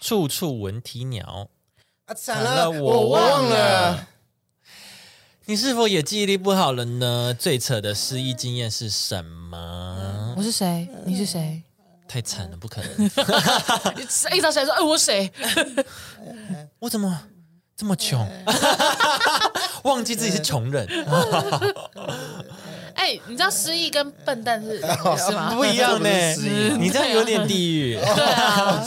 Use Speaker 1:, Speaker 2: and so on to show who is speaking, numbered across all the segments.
Speaker 1: 处处闻啼鸟，
Speaker 2: 啊，惨
Speaker 1: 惨
Speaker 2: 了，
Speaker 1: 了
Speaker 2: 我
Speaker 1: 我
Speaker 2: 忘
Speaker 1: 忘
Speaker 2: 了
Speaker 1: 了。你是否也记忆力不好了呢？最扯的失忆经验是什么？
Speaker 3: 我是谁？你是谁？
Speaker 1: 太惨了，不可 能！
Speaker 3: 一张起来说，哎，我谁？
Speaker 1: 我怎么这么穷？ 忘记自己是穷人，
Speaker 3: 哎，你知道失忆跟笨蛋 是是吗？
Speaker 1: 不一样呢
Speaker 2: 这不是失忆。
Speaker 1: 你这样有点地狱。。
Speaker 3: 对啊，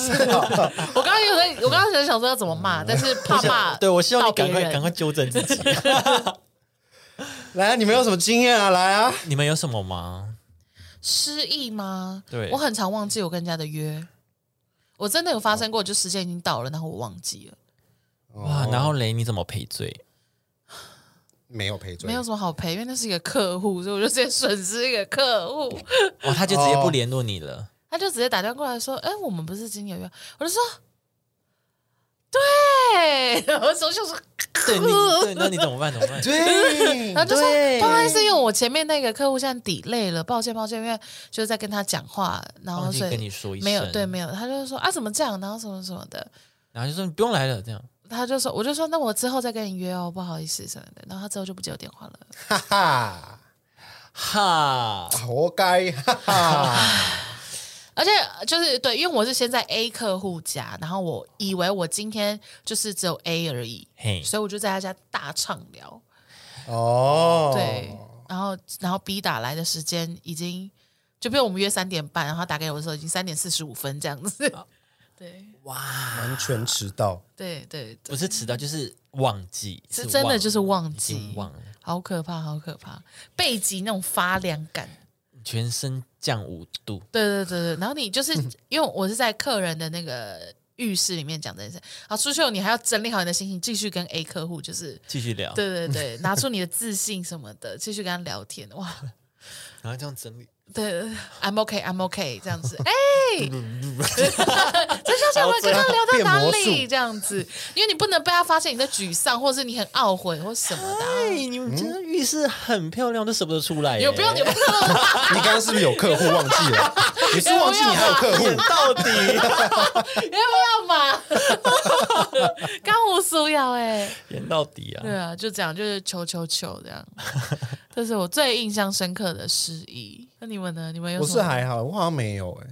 Speaker 3: 我刚刚有在，我刚刚在想说要怎么骂，但是怕骂
Speaker 1: 对，我希望你
Speaker 3: 到别
Speaker 1: 赶快
Speaker 3: 人
Speaker 1: 赶快纠正自己。
Speaker 2: 来啊，你们有什么经验啊？来啊，
Speaker 1: 你们有什么吗？
Speaker 3: 失忆吗？
Speaker 1: 对
Speaker 3: 我很常忘记我跟人家的约，我真的有发生过，就时间已经到了，然后我忘记了，
Speaker 2: 哦
Speaker 1: 哇，然后雷你怎么赔罪？
Speaker 2: 没有赔罪，
Speaker 3: 没有什么好赔，因为那是一个客户，所以我就直接损失一个客户。
Speaker 1: 哇，他就直接
Speaker 2: 哦
Speaker 1: 不联络你了。
Speaker 3: 他就直接打电话过来说：“哎、我们不是今天有约。”我就说：“对。” 我手就说
Speaker 1: 对 你，对，那你怎么办？怎么办？
Speaker 2: 对，
Speaker 3: 然后就说
Speaker 2: 对：“
Speaker 3: 不好意思，因为我前面那个客户现在抵累了，抱歉抱歉，因为就是在跟他讲话，然后
Speaker 1: 忘记
Speaker 3: 所以
Speaker 1: 跟哦你说一声
Speaker 3: 没有对没有，他就说啊怎么这样，然后什么什么的，
Speaker 1: 然后就说你不用来了，这样。
Speaker 3: 他就说我就说那我之后再跟你约哦，不好意思什么的，然后他之后就不接我电话了。
Speaker 2: 哈哈，
Speaker 1: 哈，
Speaker 2: 活该，哈 哈，
Speaker 3: 而且就是对，因为我是先在 A 客户家，然后我以为我今天就是只有 A 而已，
Speaker 1: 嘿，
Speaker 3: 所以我就在他家大畅聊。
Speaker 2: 哦，
Speaker 3: 对，然后然后 B 打来的时间已经，就比如我们约三点半，然后他打给我的时候已经三点四十五分这样子。 对
Speaker 2: 完全迟到，
Speaker 3: 对对，对
Speaker 1: 不是迟到，就是忘记，
Speaker 3: 是真的就是忘
Speaker 1: 已经
Speaker 3: 记，
Speaker 1: 忘了，
Speaker 3: 好可怕，好可怕，背脊那种发凉感。
Speaker 1: 全身降五度。
Speaker 3: 对对对对，然后你 就是因为我是在客人的那个浴室里面讲这件事，好，苏秀，你还要整理好你的心情，继续跟 A 客户就是。
Speaker 1: 继续聊，
Speaker 3: 对对对，拿出你的自信什么的，继续跟他聊天。哇，
Speaker 1: 然后这样整理，
Speaker 3: 对，I'm OK，I'm OK，这样子，哎、陈小姐，我们刚刚聊到哪
Speaker 2: 变魔
Speaker 3: 里？
Speaker 2: 术
Speaker 3: 这样子，因为你不能被他发现你在沮丧，或者是你很懊悔或什么的啊、
Speaker 1: 哎，你们真的浴室很漂亮，都舍不得出来耶。
Speaker 3: 有不用，有不用，
Speaker 2: 你刚刚是不是有客户忘记 了？你是忘记你还有客户？
Speaker 1: 到底
Speaker 3: 有不要嘛？ 刚无素要哎，
Speaker 1: 演到底
Speaker 3: 对
Speaker 1: 啊！
Speaker 3: 啊，就这样，就是求求求这样。这是我最印象深刻的失忆。那你们呢？你们有
Speaker 2: 我
Speaker 3: 什
Speaker 2: 是
Speaker 3: 么？
Speaker 2: 还好，我好像没有哎、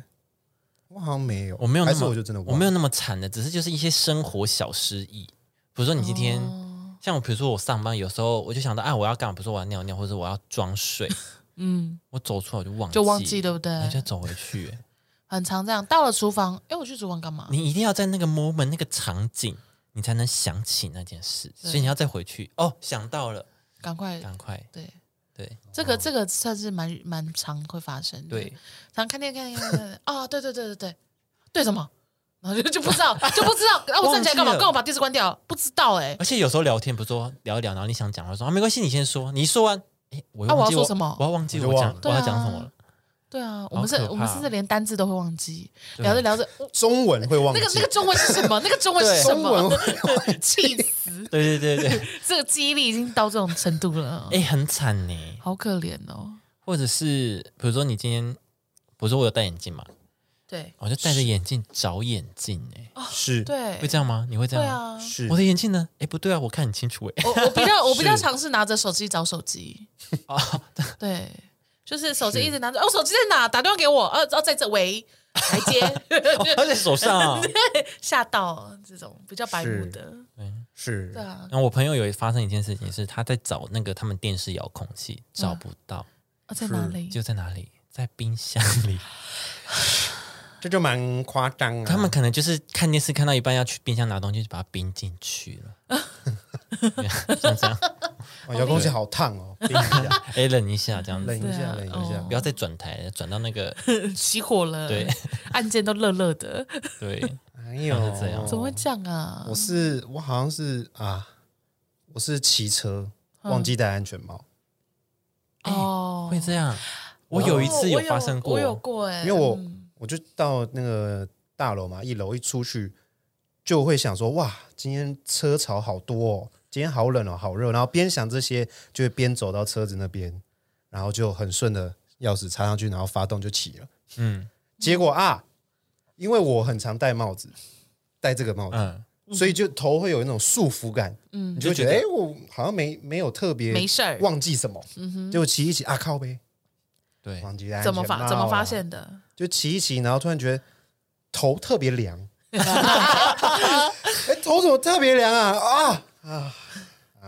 Speaker 2: 我好像没有，
Speaker 1: 我没有
Speaker 2: 还
Speaker 1: 那
Speaker 2: 是
Speaker 1: 么，
Speaker 2: 我就真的忘了
Speaker 1: 我没有那么惨的，只是就是一些生活小失忆。比如说你今天，
Speaker 3: 哦
Speaker 1: 像我，比如说我上班，有时候我就想到，哎，我要干嘛？比如说我要尿尿，或者我要装 睡，
Speaker 3: 嗯，
Speaker 1: 我走出来我就忘
Speaker 3: 就忘记对不对
Speaker 1: 我就走回去耶。
Speaker 3: 很常这样。到了厨房，哎，我去厨房干嘛？
Speaker 1: 你一定要在那个 moment 那个场景，你才能想起那件事，所以你要再回去哦，想到了，
Speaker 3: 赶快，
Speaker 1: 赶快，
Speaker 3: 对。嗯
Speaker 1: 对
Speaker 3: 这个这个算是蛮蛮常会发生的。
Speaker 1: 对，
Speaker 3: 常看电看电看电看电，哦，对对对对对，对什么？然后就就不知 道，就不知道，然后我站起来干
Speaker 1: 忘
Speaker 3: 嘛？
Speaker 1: 记了
Speaker 3: 干嘛把电视关掉？不知道哎、
Speaker 1: 而且有时候聊天不是说聊一聊，然后你想讲话说啊没关系，你先说，你一说完，诶，我又
Speaker 3: 啊我要
Speaker 1: 忘记
Speaker 3: 说什么
Speaker 1: 我要忘记
Speaker 2: 我就
Speaker 1: 我
Speaker 2: 忘
Speaker 1: 讲
Speaker 2: 了
Speaker 1: 我要讲什么
Speaker 3: 对啊
Speaker 1: 了，
Speaker 3: 对啊，我们是
Speaker 1: 好可怕
Speaker 3: 我们甚至连单字都会忘记，
Speaker 1: 对
Speaker 3: 聊着聊着，哦
Speaker 2: 中文会忘
Speaker 3: 那
Speaker 2: 记，
Speaker 3: 个那个中文是什么？那个中文是 什
Speaker 2: 中文
Speaker 3: 么？
Speaker 2: 会
Speaker 3: 气死！
Speaker 1: 对对对对，
Speaker 3: 这个记忆力已经到这种程度 了，
Speaker 1: 诶，很惨呢。
Speaker 3: 好可怜哦。
Speaker 1: 或者是比如说你今天，比如说我有戴眼镜嘛，
Speaker 3: 对
Speaker 1: 我就戴着眼镜找眼镜，哎，
Speaker 2: 是
Speaker 3: 对
Speaker 1: 会，这样吗？你会这
Speaker 3: 哦对
Speaker 1: 样吗？
Speaker 3: 啊。
Speaker 2: 是
Speaker 1: 我的眼镜呢？诶，不对啊，我看很清楚 诶。
Speaker 3: 我我比较我比较尝试拿着手机找手机， 对，哦就是手机一直拿着，哦，手机在哪？打电话给我，哦，哦，在这，喂，来 接，
Speaker 1: 他在手上
Speaker 3: 哦
Speaker 1: 啊。
Speaker 3: 吓到这种比较白目的，
Speaker 2: 是
Speaker 3: 对啊，
Speaker 1: 然后我朋友有发生一件事情，是他在找那个他们电视遥控器找不到，
Speaker 3: 哦，在哪里？
Speaker 1: 就在哪里？在冰箱里。
Speaker 2: 这就蛮夸张 啊。
Speaker 1: 他们可能就是看电视看到一半要去冰箱拿东西，就把它冰进去了。 像这样，
Speaker 2: 哇遥控器好烫 哦，冰一下，
Speaker 1: 哎，冷一下这样
Speaker 2: 冷
Speaker 1: 子，
Speaker 2: 一
Speaker 3: 对
Speaker 2: 下，
Speaker 3: 啊
Speaker 2: 冷一下
Speaker 3: 哦
Speaker 1: 不。要再转台了，转到那个
Speaker 3: 起火了，
Speaker 1: 对，
Speaker 3: 按键都热热的，
Speaker 1: 对，
Speaker 2: 哎呦
Speaker 1: 是这样
Speaker 3: 怎么会这样啊
Speaker 2: 我？是我好像是啊，我是骑车
Speaker 3: 嗯
Speaker 2: 忘记戴安全帽，
Speaker 3: 哦
Speaker 1: 会这样。我有一次有发生过
Speaker 3: 我有，我有过哎，
Speaker 2: 因为我
Speaker 3: 嗯
Speaker 2: 我就到那个大楼嘛，一楼一出去，就会想说哇，今天车潮好多哦，今天好冷哦，好热。然后边想这些，就会边走到车子那边，然后就很顺的钥匙插上去，然后发动就骑了。
Speaker 1: 嗯
Speaker 2: 结果啊，因为我很常戴帽子，戴这个帽子，
Speaker 1: 嗯，
Speaker 2: 所以就头会有那种束缚感，
Speaker 3: 嗯
Speaker 2: 你就会觉得哎、诶我好像没没有特别
Speaker 3: 没事儿嗯
Speaker 2: 忘记什么，结果骑一骑啊靠呗，
Speaker 1: 对，
Speaker 2: 忘记戴安
Speaker 3: 怎么
Speaker 2: 全帽
Speaker 3: 发怎么发
Speaker 2: 啊
Speaker 3: 现的？
Speaker 2: 就骑一骑，然后突然觉得头特别 凉，哎、头怎么特别凉啊啊啊啊！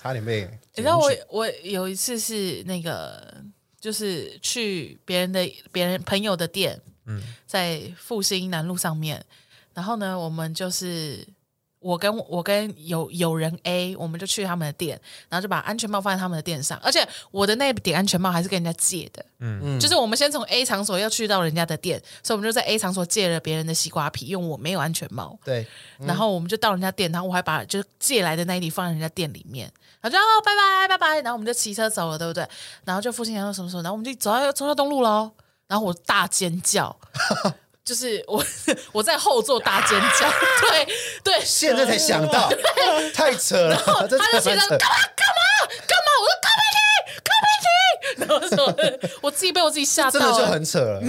Speaker 2: 差点被
Speaker 3: 你知道我我有一次是那个，就是去别人的别人朋友的店，
Speaker 1: 嗯
Speaker 3: 在复兴南路上面，然后呢，我们就是我跟我跟有有人 A，我们就去他们的店，然后就把安全帽放在他们的店上，而且我的那顶安全帽还是跟人家借的，
Speaker 1: 嗯
Speaker 3: 就是我们先从 A 场所要去到人家的店，所以我们就在 A 场所借了别人的西瓜皮，因为我没有安全帽，
Speaker 2: 对
Speaker 3: 然后我们就到人家店，然后我还把就是借来的那一顶放在人家店里面，然后就哦拜拜拜拜，然后我们就骑车走了，对不对？然后就父亲讲说什么什么，然后我们就走到中孝东路喽，然后我大尖叫， 就是我我在后座大尖叫， 对对，
Speaker 2: 现在才想到， 太扯了，
Speaker 3: 后
Speaker 2: 这
Speaker 3: 他就
Speaker 2: 真
Speaker 3: 骑
Speaker 2: 的蛮
Speaker 3: 车
Speaker 2: 扯
Speaker 3: 干嘛干嘛干嘛，我说干嘛停干嘛停， 然后我说我自己被我自己吓到
Speaker 2: 真
Speaker 3: 了，
Speaker 2: 的就很扯了，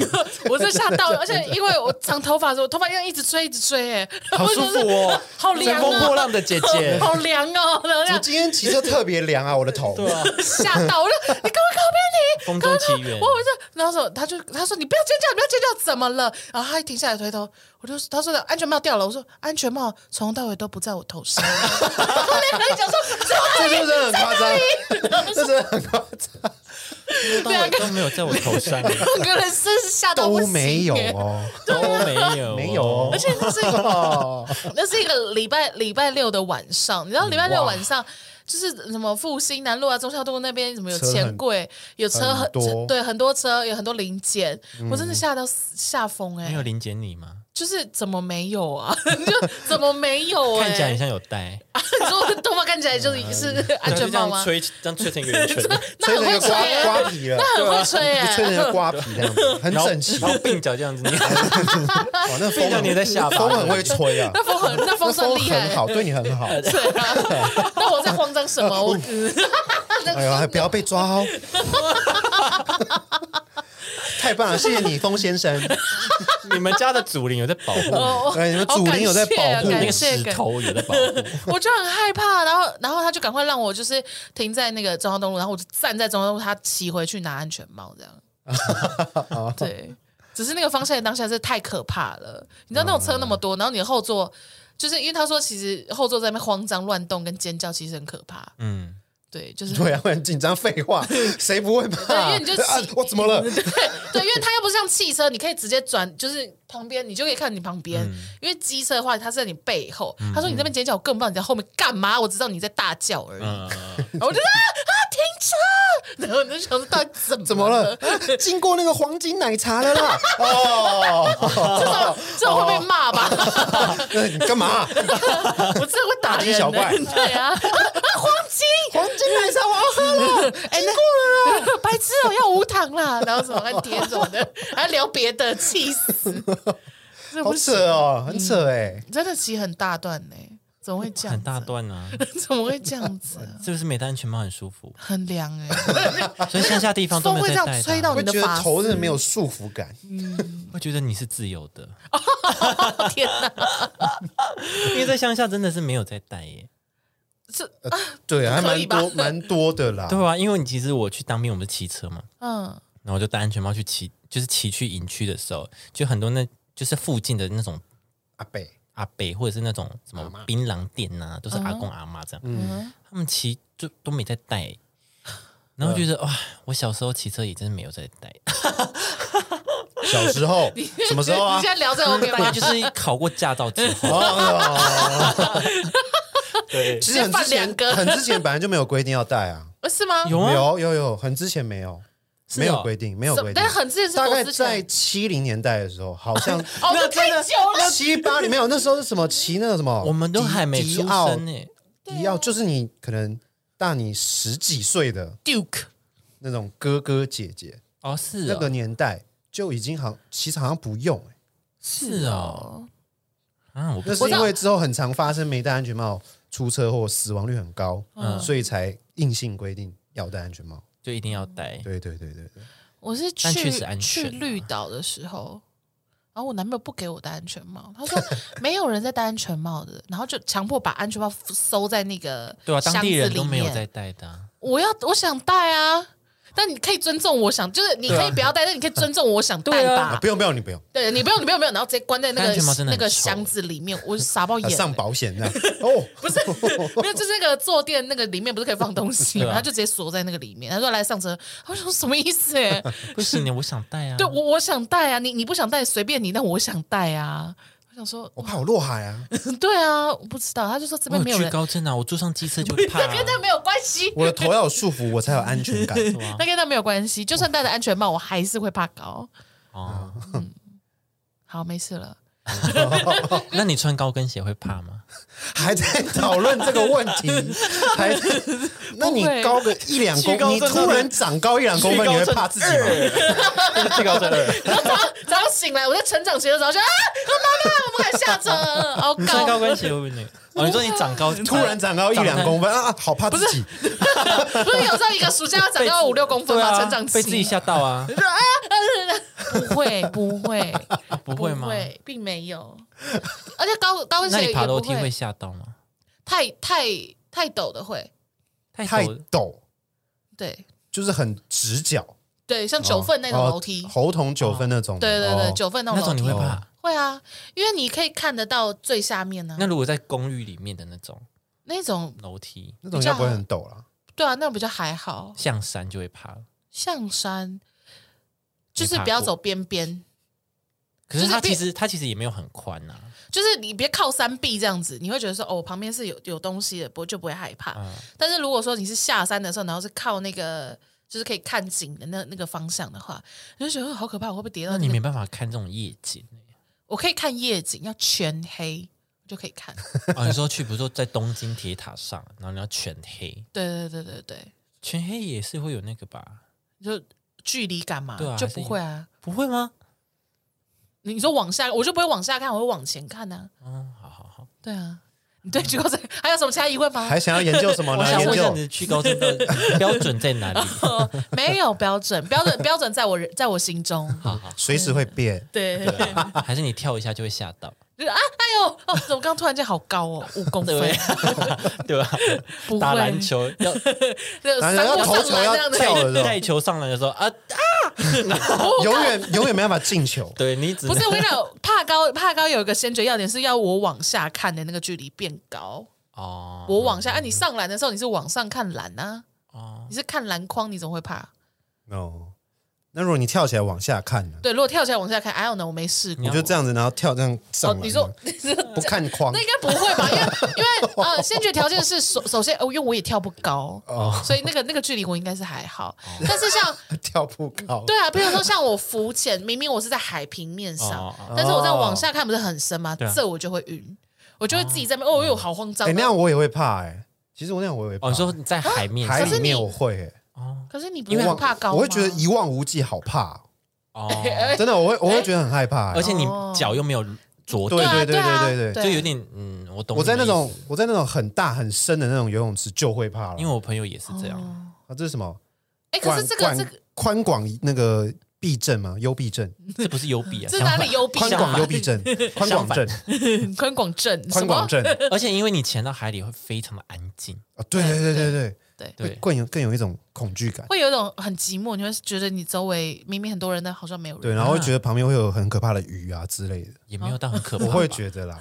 Speaker 3: 我是吓到，而且因为我长头发的时候，我头发要一直吹，一直吹、欸，哎，，
Speaker 1: 好舒服哦
Speaker 3: 好凉
Speaker 1: 乘风破
Speaker 3: 哦，，
Speaker 1: 浪的姐姐
Speaker 3: 好凉哦，然后这
Speaker 2: 我
Speaker 3: 样
Speaker 2: 今天骑车特别凉啊，我的头，
Speaker 1: 对啊，
Speaker 3: 吓到，我就你跟我靠边你。
Speaker 1: 风中奇缘
Speaker 3: 我，我就，然后说，他就他说你不要尖叫，你不要尖叫，怎么了？然后他一停下来回头，我就他说的安全帽掉了，我说安全帽从头到尾都不在我头上。 后面人讲说
Speaker 2: 这就是很夸张，这真的很夸张，
Speaker 1: 都没有都没有在我头上，
Speaker 3: 两个人真是吓到 不
Speaker 2: 都
Speaker 3: 行
Speaker 2: 没有
Speaker 3: 耶
Speaker 2: 哦，
Speaker 1: 都没有，
Speaker 2: 没有哦，
Speaker 3: 而且那是一个，那是一个礼拜礼拜六的晚上，你知
Speaker 2: 嗯
Speaker 3: 道礼拜六晚上。就是什么复兴南路啊、中孝东路那边，什么有
Speaker 2: 车
Speaker 3: 钱
Speaker 2: 很
Speaker 3: 柜，有车
Speaker 2: 很多嗯
Speaker 3: 对很多车，有很多零件，我真的吓到死吓疯哎
Speaker 1: 没！有林姐你吗？
Speaker 3: 就是怎么没有啊？ 就怎么没有、欸？
Speaker 1: 看起来很像有戴，
Speaker 3: 你说我的头发看起来啊就是是
Speaker 2: 嗯
Speaker 3: 安全帽吗？
Speaker 1: 对就这样吹，这样吹成一个圆
Speaker 3: 这
Speaker 1: 圈，
Speaker 3: 那
Speaker 2: 吹成一个
Speaker 3: 很会吹、
Speaker 2: 瓜
Speaker 3: 欸，
Speaker 2: 瓜 皮了，
Speaker 3: 那很会吹哎、
Speaker 2: 吹成一个瓜皮这样子，很
Speaker 1: 然后
Speaker 2: 整 齐，
Speaker 1: 然后鬓角这样子捏，
Speaker 2: 哇，那
Speaker 1: 鬓
Speaker 2: 风
Speaker 1: 角捏在下巴，
Speaker 2: 风很会吹 啊，
Speaker 3: 那风很那风算
Speaker 2: 风
Speaker 3: 厉害
Speaker 2: 很，好，对你很 好。嗯
Speaker 3: 对啊。 那我在慌张什么？我
Speaker 2: 哎呦，还不要被抓哦！ 太棒了，谢谢你，风先生。
Speaker 1: 你们家的祖灵有在保护，
Speaker 3: 我
Speaker 2: 哎，你们祖灵有在保护
Speaker 3: 哦好感
Speaker 1: 那
Speaker 2: 你
Speaker 1: 个
Speaker 3: 谢，
Speaker 1: 石头有在保护，
Speaker 3: 我就很害怕，然后然后他就赶快让我就是停在那个中央东路，然后我就站在中央东路，他骑回去拿安全帽这样。 对，只是那个方向当下是太可怕了，你知道那种车那么多，然后你的后座就是因为他说其实后座在那边慌张乱动跟尖叫，其实很可怕。
Speaker 1: 嗯。
Speaker 3: 对，就是
Speaker 2: 对啊，会很紧张。废话，谁不会
Speaker 3: 对，因
Speaker 2: 怕？
Speaker 3: 为你就骑、
Speaker 2: 啊，我怎么了？
Speaker 3: 对 对，因为它又不像汽车，你可以直接转，就是旁边你就可以看你旁
Speaker 1: 嗯
Speaker 3: 边。因为机车的话，它是在你背后。他说你这边尖叫，我更不知道你在后面干嘛，我只知道你在大叫而已。
Speaker 1: 嗯，
Speaker 3: 然后我就啊啊停车，然后我就想说到底怎么
Speaker 2: 怎么了？？ 经过那个黄金奶茶了啦！ 啊哦，
Speaker 3: 这种这种会被骂吧？
Speaker 2: 那嗯你干嘛？
Speaker 3: 我真的会
Speaker 2: 大
Speaker 3: 打人、
Speaker 2: 惊
Speaker 3: 欸。
Speaker 2: 小怪
Speaker 3: 对啊，啊黄 金。
Speaker 2: 黄金奶茶我要喝了。
Speaker 3: 哎，过了啦，白痴哦，要无糖啦，然后什么按贴这种的，还聊别的，气死！这
Speaker 2: 好
Speaker 3: 不行
Speaker 2: 扯哦，很扯哎。
Speaker 3: 真的骑很大段呢、怎么会这样？
Speaker 1: 很大，段啊，
Speaker 3: 怎么会这样子、啊？
Speaker 1: 是不是没戴安全帽很舒服？
Speaker 3: 很凉哎、 欸，
Speaker 1: 所以乡下地方都没
Speaker 3: 风
Speaker 1: 有
Speaker 3: 会这
Speaker 1: 在戴
Speaker 3: 样吹
Speaker 1: 的啊，
Speaker 3: 到
Speaker 2: 会
Speaker 3: 你的
Speaker 2: 觉得
Speaker 3: 发
Speaker 2: 头真的没有束缚感，
Speaker 1: 会觉得你是自由的，
Speaker 3: 丝，天哪！
Speaker 1: 因为在乡下真的是没有在戴耶。
Speaker 3: 这
Speaker 2: 对，还
Speaker 3: 嗯可
Speaker 2: 蛮
Speaker 3: 以吧
Speaker 2: 多蛮多的啦。
Speaker 1: 对啊，因为你其实我去当兵，我们是骑车嘛，
Speaker 3: 嗯
Speaker 1: 然后我就戴安全帽去骑，就是骑去营区的时候，就很多那就是附近的那种
Speaker 2: 阿北，
Speaker 1: 阿伯或者是那种什么槟榔店呐、都是阿
Speaker 3: 哦
Speaker 1: 公阿妈这样，
Speaker 3: 嗯，
Speaker 1: 他们骑就都没在戴耶。然后觉得哇，我小时候骑车也真的没有在戴，
Speaker 2: 小时候什么时候啊
Speaker 3: 你现？在聊这个 OK
Speaker 1: 因为
Speaker 3: 吗？
Speaker 1: 就是考过驾照之后，
Speaker 2: 哦，
Speaker 1: 对，
Speaker 2: 其实很之
Speaker 3: 直接放两
Speaker 2: 前
Speaker 3: 个
Speaker 2: 很之前本来就没有规定要戴啊，
Speaker 3: 呃是 吗？
Speaker 1: 有啊，
Speaker 2: 有有有，很之前没有，
Speaker 1: 是哦
Speaker 2: 没有规定，没有
Speaker 3: 什
Speaker 2: 规定
Speaker 3: 但。很之前是
Speaker 2: 大
Speaker 3: 多
Speaker 2: 概
Speaker 3: 之
Speaker 2: 在
Speaker 3: 前，
Speaker 2: 七零年代的时候，好像
Speaker 3: 哦，这太久了。
Speaker 2: 七八里面有那时候是什么骑那个什么，
Speaker 1: 我们都还没
Speaker 2: 迪
Speaker 1: 出
Speaker 2: 奥
Speaker 1: 生呢、
Speaker 2: 迪奥，就是你可能大你十几岁的
Speaker 3: Duke
Speaker 2: 那种哥哥姐姐，
Speaker 1: 哦，是
Speaker 2: 那
Speaker 1: 哦
Speaker 3: 啊
Speaker 2: 个年代就已经好，其实好像不用欸
Speaker 1: 是哦，啊，我不
Speaker 2: 那是因为之后很常发生没戴安全帽出车祸，死亡率很高，所以才硬性规定要戴安全帽。
Speaker 1: 就一定要戴。
Speaker 2: 对对对对对，
Speaker 3: 我是去
Speaker 1: 但确实安全啊
Speaker 3: 去绿岛的时候，然后我男朋友不给我戴安全帽，他说没有人在戴安全帽的，然后就强迫把安全帽收在那个
Speaker 1: 对啊，当地人
Speaker 3: 箱子里
Speaker 1: 都
Speaker 3: 面
Speaker 1: 没有在戴的啊、
Speaker 3: 我要我想戴啊，但你可以尊重我想，就是你
Speaker 1: 啊
Speaker 3: 可以不要戴，但你可以尊重我想戴
Speaker 2: 啊
Speaker 3: 吧。
Speaker 2: 不用不用，你不用
Speaker 3: 对你不用，你不用，不用，然后直接关在那
Speaker 1: 安全帽
Speaker 3: 个
Speaker 1: 真的
Speaker 3: 那
Speaker 1: 很
Speaker 3: 个
Speaker 1: 臭
Speaker 3: 箱子里面，我傻爆
Speaker 2: 啊
Speaker 3: 眼、
Speaker 2: 上保险这样哦，
Speaker 3: 哎不是，没有，就是那个坐垫那个里面不是可以放东西
Speaker 1: 对
Speaker 3: 吗？
Speaker 1: 啊
Speaker 3: 他就直接锁在那个里面。他说来上车，我想说什么意思、欸？
Speaker 1: 不行，你我想戴啊。
Speaker 3: 对我我想戴啊，你你不想戴随便你，但我想戴啊。我想说，
Speaker 2: 我怕我落海啊，
Speaker 3: 对啊，我不知道。他就说这
Speaker 1: 我
Speaker 3: 边
Speaker 1: 有
Speaker 3: 没有
Speaker 1: 惧
Speaker 3: 人，
Speaker 1: 高症啊，我坐上机 车就怕、
Speaker 3: 那
Speaker 1: 啊。
Speaker 3: 跟那没有关系，
Speaker 2: 我的头要有束缚，我才有安全感。
Speaker 1: 啊
Speaker 3: 那跟那没有关系。就算戴着安全帽，我还是会怕高。
Speaker 1: 哦，
Speaker 3: 好，没事了。
Speaker 1: 那你穿高跟鞋会怕吗？
Speaker 2: 还在讨论这个问题，还在那你
Speaker 3: 不会
Speaker 2: 高个一两
Speaker 1: 巨高
Speaker 2: 公，你
Speaker 1: 症
Speaker 2: 突然长高一两公分，你会怕自己吗？
Speaker 1: 惧高症二，
Speaker 3: 然后早上早上醒来，我在成长期的时候就啊，我妈妈，我不敢下车，好
Speaker 1: 你穿高
Speaker 3: 高。
Speaker 1: 跟鞋会不会那个？哦，你说你长高，
Speaker 2: 突然长高一两公分啊，好怕自己。
Speaker 3: 不是有时候一个暑假要长到五六公分
Speaker 1: 对
Speaker 3: 吗？
Speaker 1: 啊，
Speaker 3: 成长期
Speaker 1: 被自己吓到 啊，
Speaker 3: 不会不会
Speaker 1: 啊不会吗？
Speaker 3: 并没有。而且高高跟
Speaker 1: 那
Speaker 3: 鞋也
Speaker 1: 你
Speaker 3: 不
Speaker 1: 爬楼梯
Speaker 3: 会
Speaker 1: 会吓到吗？
Speaker 3: 太太太陡的会，
Speaker 1: 太
Speaker 2: 太
Speaker 1: 陡
Speaker 2: 陡，
Speaker 3: 对
Speaker 2: 就是很直角，
Speaker 3: 对，像九份那种
Speaker 2: 哦
Speaker 3: 楼梯，
Speaker 2: 猴童九分那种。
Speaker 3: 对对对，
Speaker 2: 哦
Speaker 3: 九份那
Speaker 1: 那
Speaker 3: 种楼
Speaker 1: 种你会
Speaker 3: 梯
Speaker 2: 哦
Speaker 1: 怕？
Speaker 3: 会啊，因为你可以看得到最下面呢、
Speaker 1: 那如果在公寓里面的那种
Speaker 3: 那种
Speaker 1: 楼梯，
Speaker 2: 那种应该不会很陡了。
Speaker 3: 对啊，那种比较还好。
Speaker 1: 像山就会怕了。
Speaker 3: 象山就是
Speaker 1: 没爬
Speaker 3: 不要
Speaker 1: 过
Speaker 3: 走边边，
Speaker 1: 可是
Speaker 3: 就是
Speaker 1: 它
Speaker 3: 变
Speaker 1: 其实它其实也没有很宽啊呐、
Speaker 3: 就是你别靠山壁这样子，你会觉得说哦，我旁边是有有东西的，不就不会害怕。
Speaker 1: 嗯
Speaker 3: 但是如果说你是下山的时候，然后是靠那个就是可以看景的那那个方向的话，你就觉得、哦好可怕，我会不会跌到、
Speaker 1: 那
Speaker 3: 那
Speaker 1: 你
Speaker 3: 个
Speaker 1: 没办法看这种夜景
Speaker 3: 我可以看夜景，要全黑我就可以看。
Speaker 1: 啊、哦！你说去，比如说在东京铁塔上，然后你要全黑，
Speaker 3: 对对对对对，
Speaker 1: 全黑也是会有那个吧？
Speaker 3: 就距离感嘛，
Speaker 1: 对啊
Speaker 3: 就不会啊。
Speaker 1: 不会吗？
Speaker 3: 你你说往下，我就不会往下看，我会往前看呐、啊。
Speaker 1: 嗯，好好好。
Speaker 3: 对啊，你对橘高症还有什么其他疑问吗？
Speaker 2: 还想要研究什么
Speaker 1: 我
Speaker 2: 呢？
Speaker 1: 想
Speaker 2: 研
Speaker 1: 问一下你的
Speaker 2: 究
Speaker 1: 去高症的标准在哪里？
Speaker 3: 没有标准，标准标准在我人在我心中。好，
Speaker 2: 随时会变。
Speaker 3: 对，
Speaker 1: 还是你跳一下就会吓到，
Speaker 3: 就是啊，哎呦，哦，怎么刚突然间好高哦，五公
Speaker 1: 对
Speaker 3: 分，
Speaker 1: 对吧？
Speaker 3: 不会
Speaker 1: 打篮，球 要
Speaker 3: 就
Speaker 2: 然
Speaker 3: 三
Speaker 2: 后
Speaker 3: 步
Speaker 2: 要
Speaker 3: 上
Speaker 2: 投球
Speaker 3: 篮
Speaker 2: 要
Speaker 3: 这样子，
Speaker 2: 跳了，
Speaker 1: 带球上来的时候啊，
Speaker 3: 哦
Speaker 2: 永远永远没办法进球。
Speaker 1: 对你只
Speaker 3: 不
Speaker 1: 能
Speaker 3: 是我跟你讲，怕高怕高有一个先决要点是要我往下看的那个距离变高，
Speaker 1: 哦，
Speaker 3: 我往下。哎、你上篮的时候你是往上看篮啊，
Speaker 1: 哦，
Speaker 3: 你是看篮筐，你怎么会怕？
Speaker 2: 哦，那如果你跳起来往下看呢？
Speaker 3: 对，如果跳起来往下看，I don't know，我没试过
Speaker 2: 你。就这样子，然后跳这样上
Speaker 3: 哦
Speaker 2: 来，
Speaker 3: 你说
Speaker 2: 不看框
Speaker 3: 那应该不会吧？因为因为呃，先决条件是首首先，哦，因为我也跳不高，
Speaker 2: 哦，
Speaker 3: 所以那个那个距离我应该是还好。但是像
Speaker 2: 跳不高。
Speaker 3: 对啊，比如说像我浮潜，明明我是在海平面上
Speaker 1: 哦哦，
Speaker 3: 但是我在往下看不是很深吗？
Speaker 2: 哦
Speaker 1: 对啊
Speaker 3: 这我就会晕，我就会自己在那边哦，哟，好慌张
Speaker 2: 哎，那样
Speaker 3: 哦。
Speaker 2: 我也会怕哎。其实我那样我也会怕。
Speaker 1: 哦，你说你在海面
Speaker 2: 啊海
Speaker 1: 上
Speaker 2: 里面我会哎，
Speaker 3: 可是你不
Speaker 2: 因
Speaker 3: 会
Speaker 2: 为我
Speaker 3: 怕高吗
Speaker 2: 我会觉得一望无际，好怕。
Speaker 1: 哦，
Speaker 3: 哎
Speaker 2: 真的，我会我会觉得很害怕。哎
Speaker 1: 而且你脚又没有着地，
Speaker 2: 对
Speaker 3: 啊
Speaker 2: 对
Speaker 3: 对啊
Speaker 2: 对对
Speaker 3: 对
Speaker 1: 就有点嗯，我懂。
Speaker 2: 我在那种，我在那种很大很深的那种游泳池就会怕了。
Speaker 1: 因为我朋友也是这
Speaker 3: 哦
Speaker 1: 样，
Speaker 2: 啊，这是什么？
Speaker 3: 哎，可
Speaker 2: 管
Speaker 3: 是这个
Speaker 2: 管
Speaker 3: 这个
Speaker 2: 宽广那个避震吗？幽闭症，
Speaker 1: 这不是幽 闭啊，
Speaker 3: 这
Speaker 1: 相
Speaker 3: 哪
Speaker 1: 反
Speaker 3: 里幽闭？
Speaker 2: 宽广幽闭症，宽广症，
Speaker 3: 宽广镇，什
Speaker 2: 宽
Speaker 3: 么
Speaker 2: 广 症啊，
Speaker 1: 而且因为你潜到海里会非常的安静，
Speaker 2: 对对对对
Speaker 3: 对
Speaker 2: 对，会
Speaker 1: 对
Speaker 2: 更有更有一种恐惧感。
Speaker 3: 会有一种很寂寞，你会觉得你周围明明很多人，但好像没有人。
Speaker 2: 对，然后会觉得旁边会有很可怕的鱼啊之类的，
Speaker 1: 也没有到很可怕
Speaker 2: 我
Speaker 1: 吧。
Speaker 2: 会觉得啦，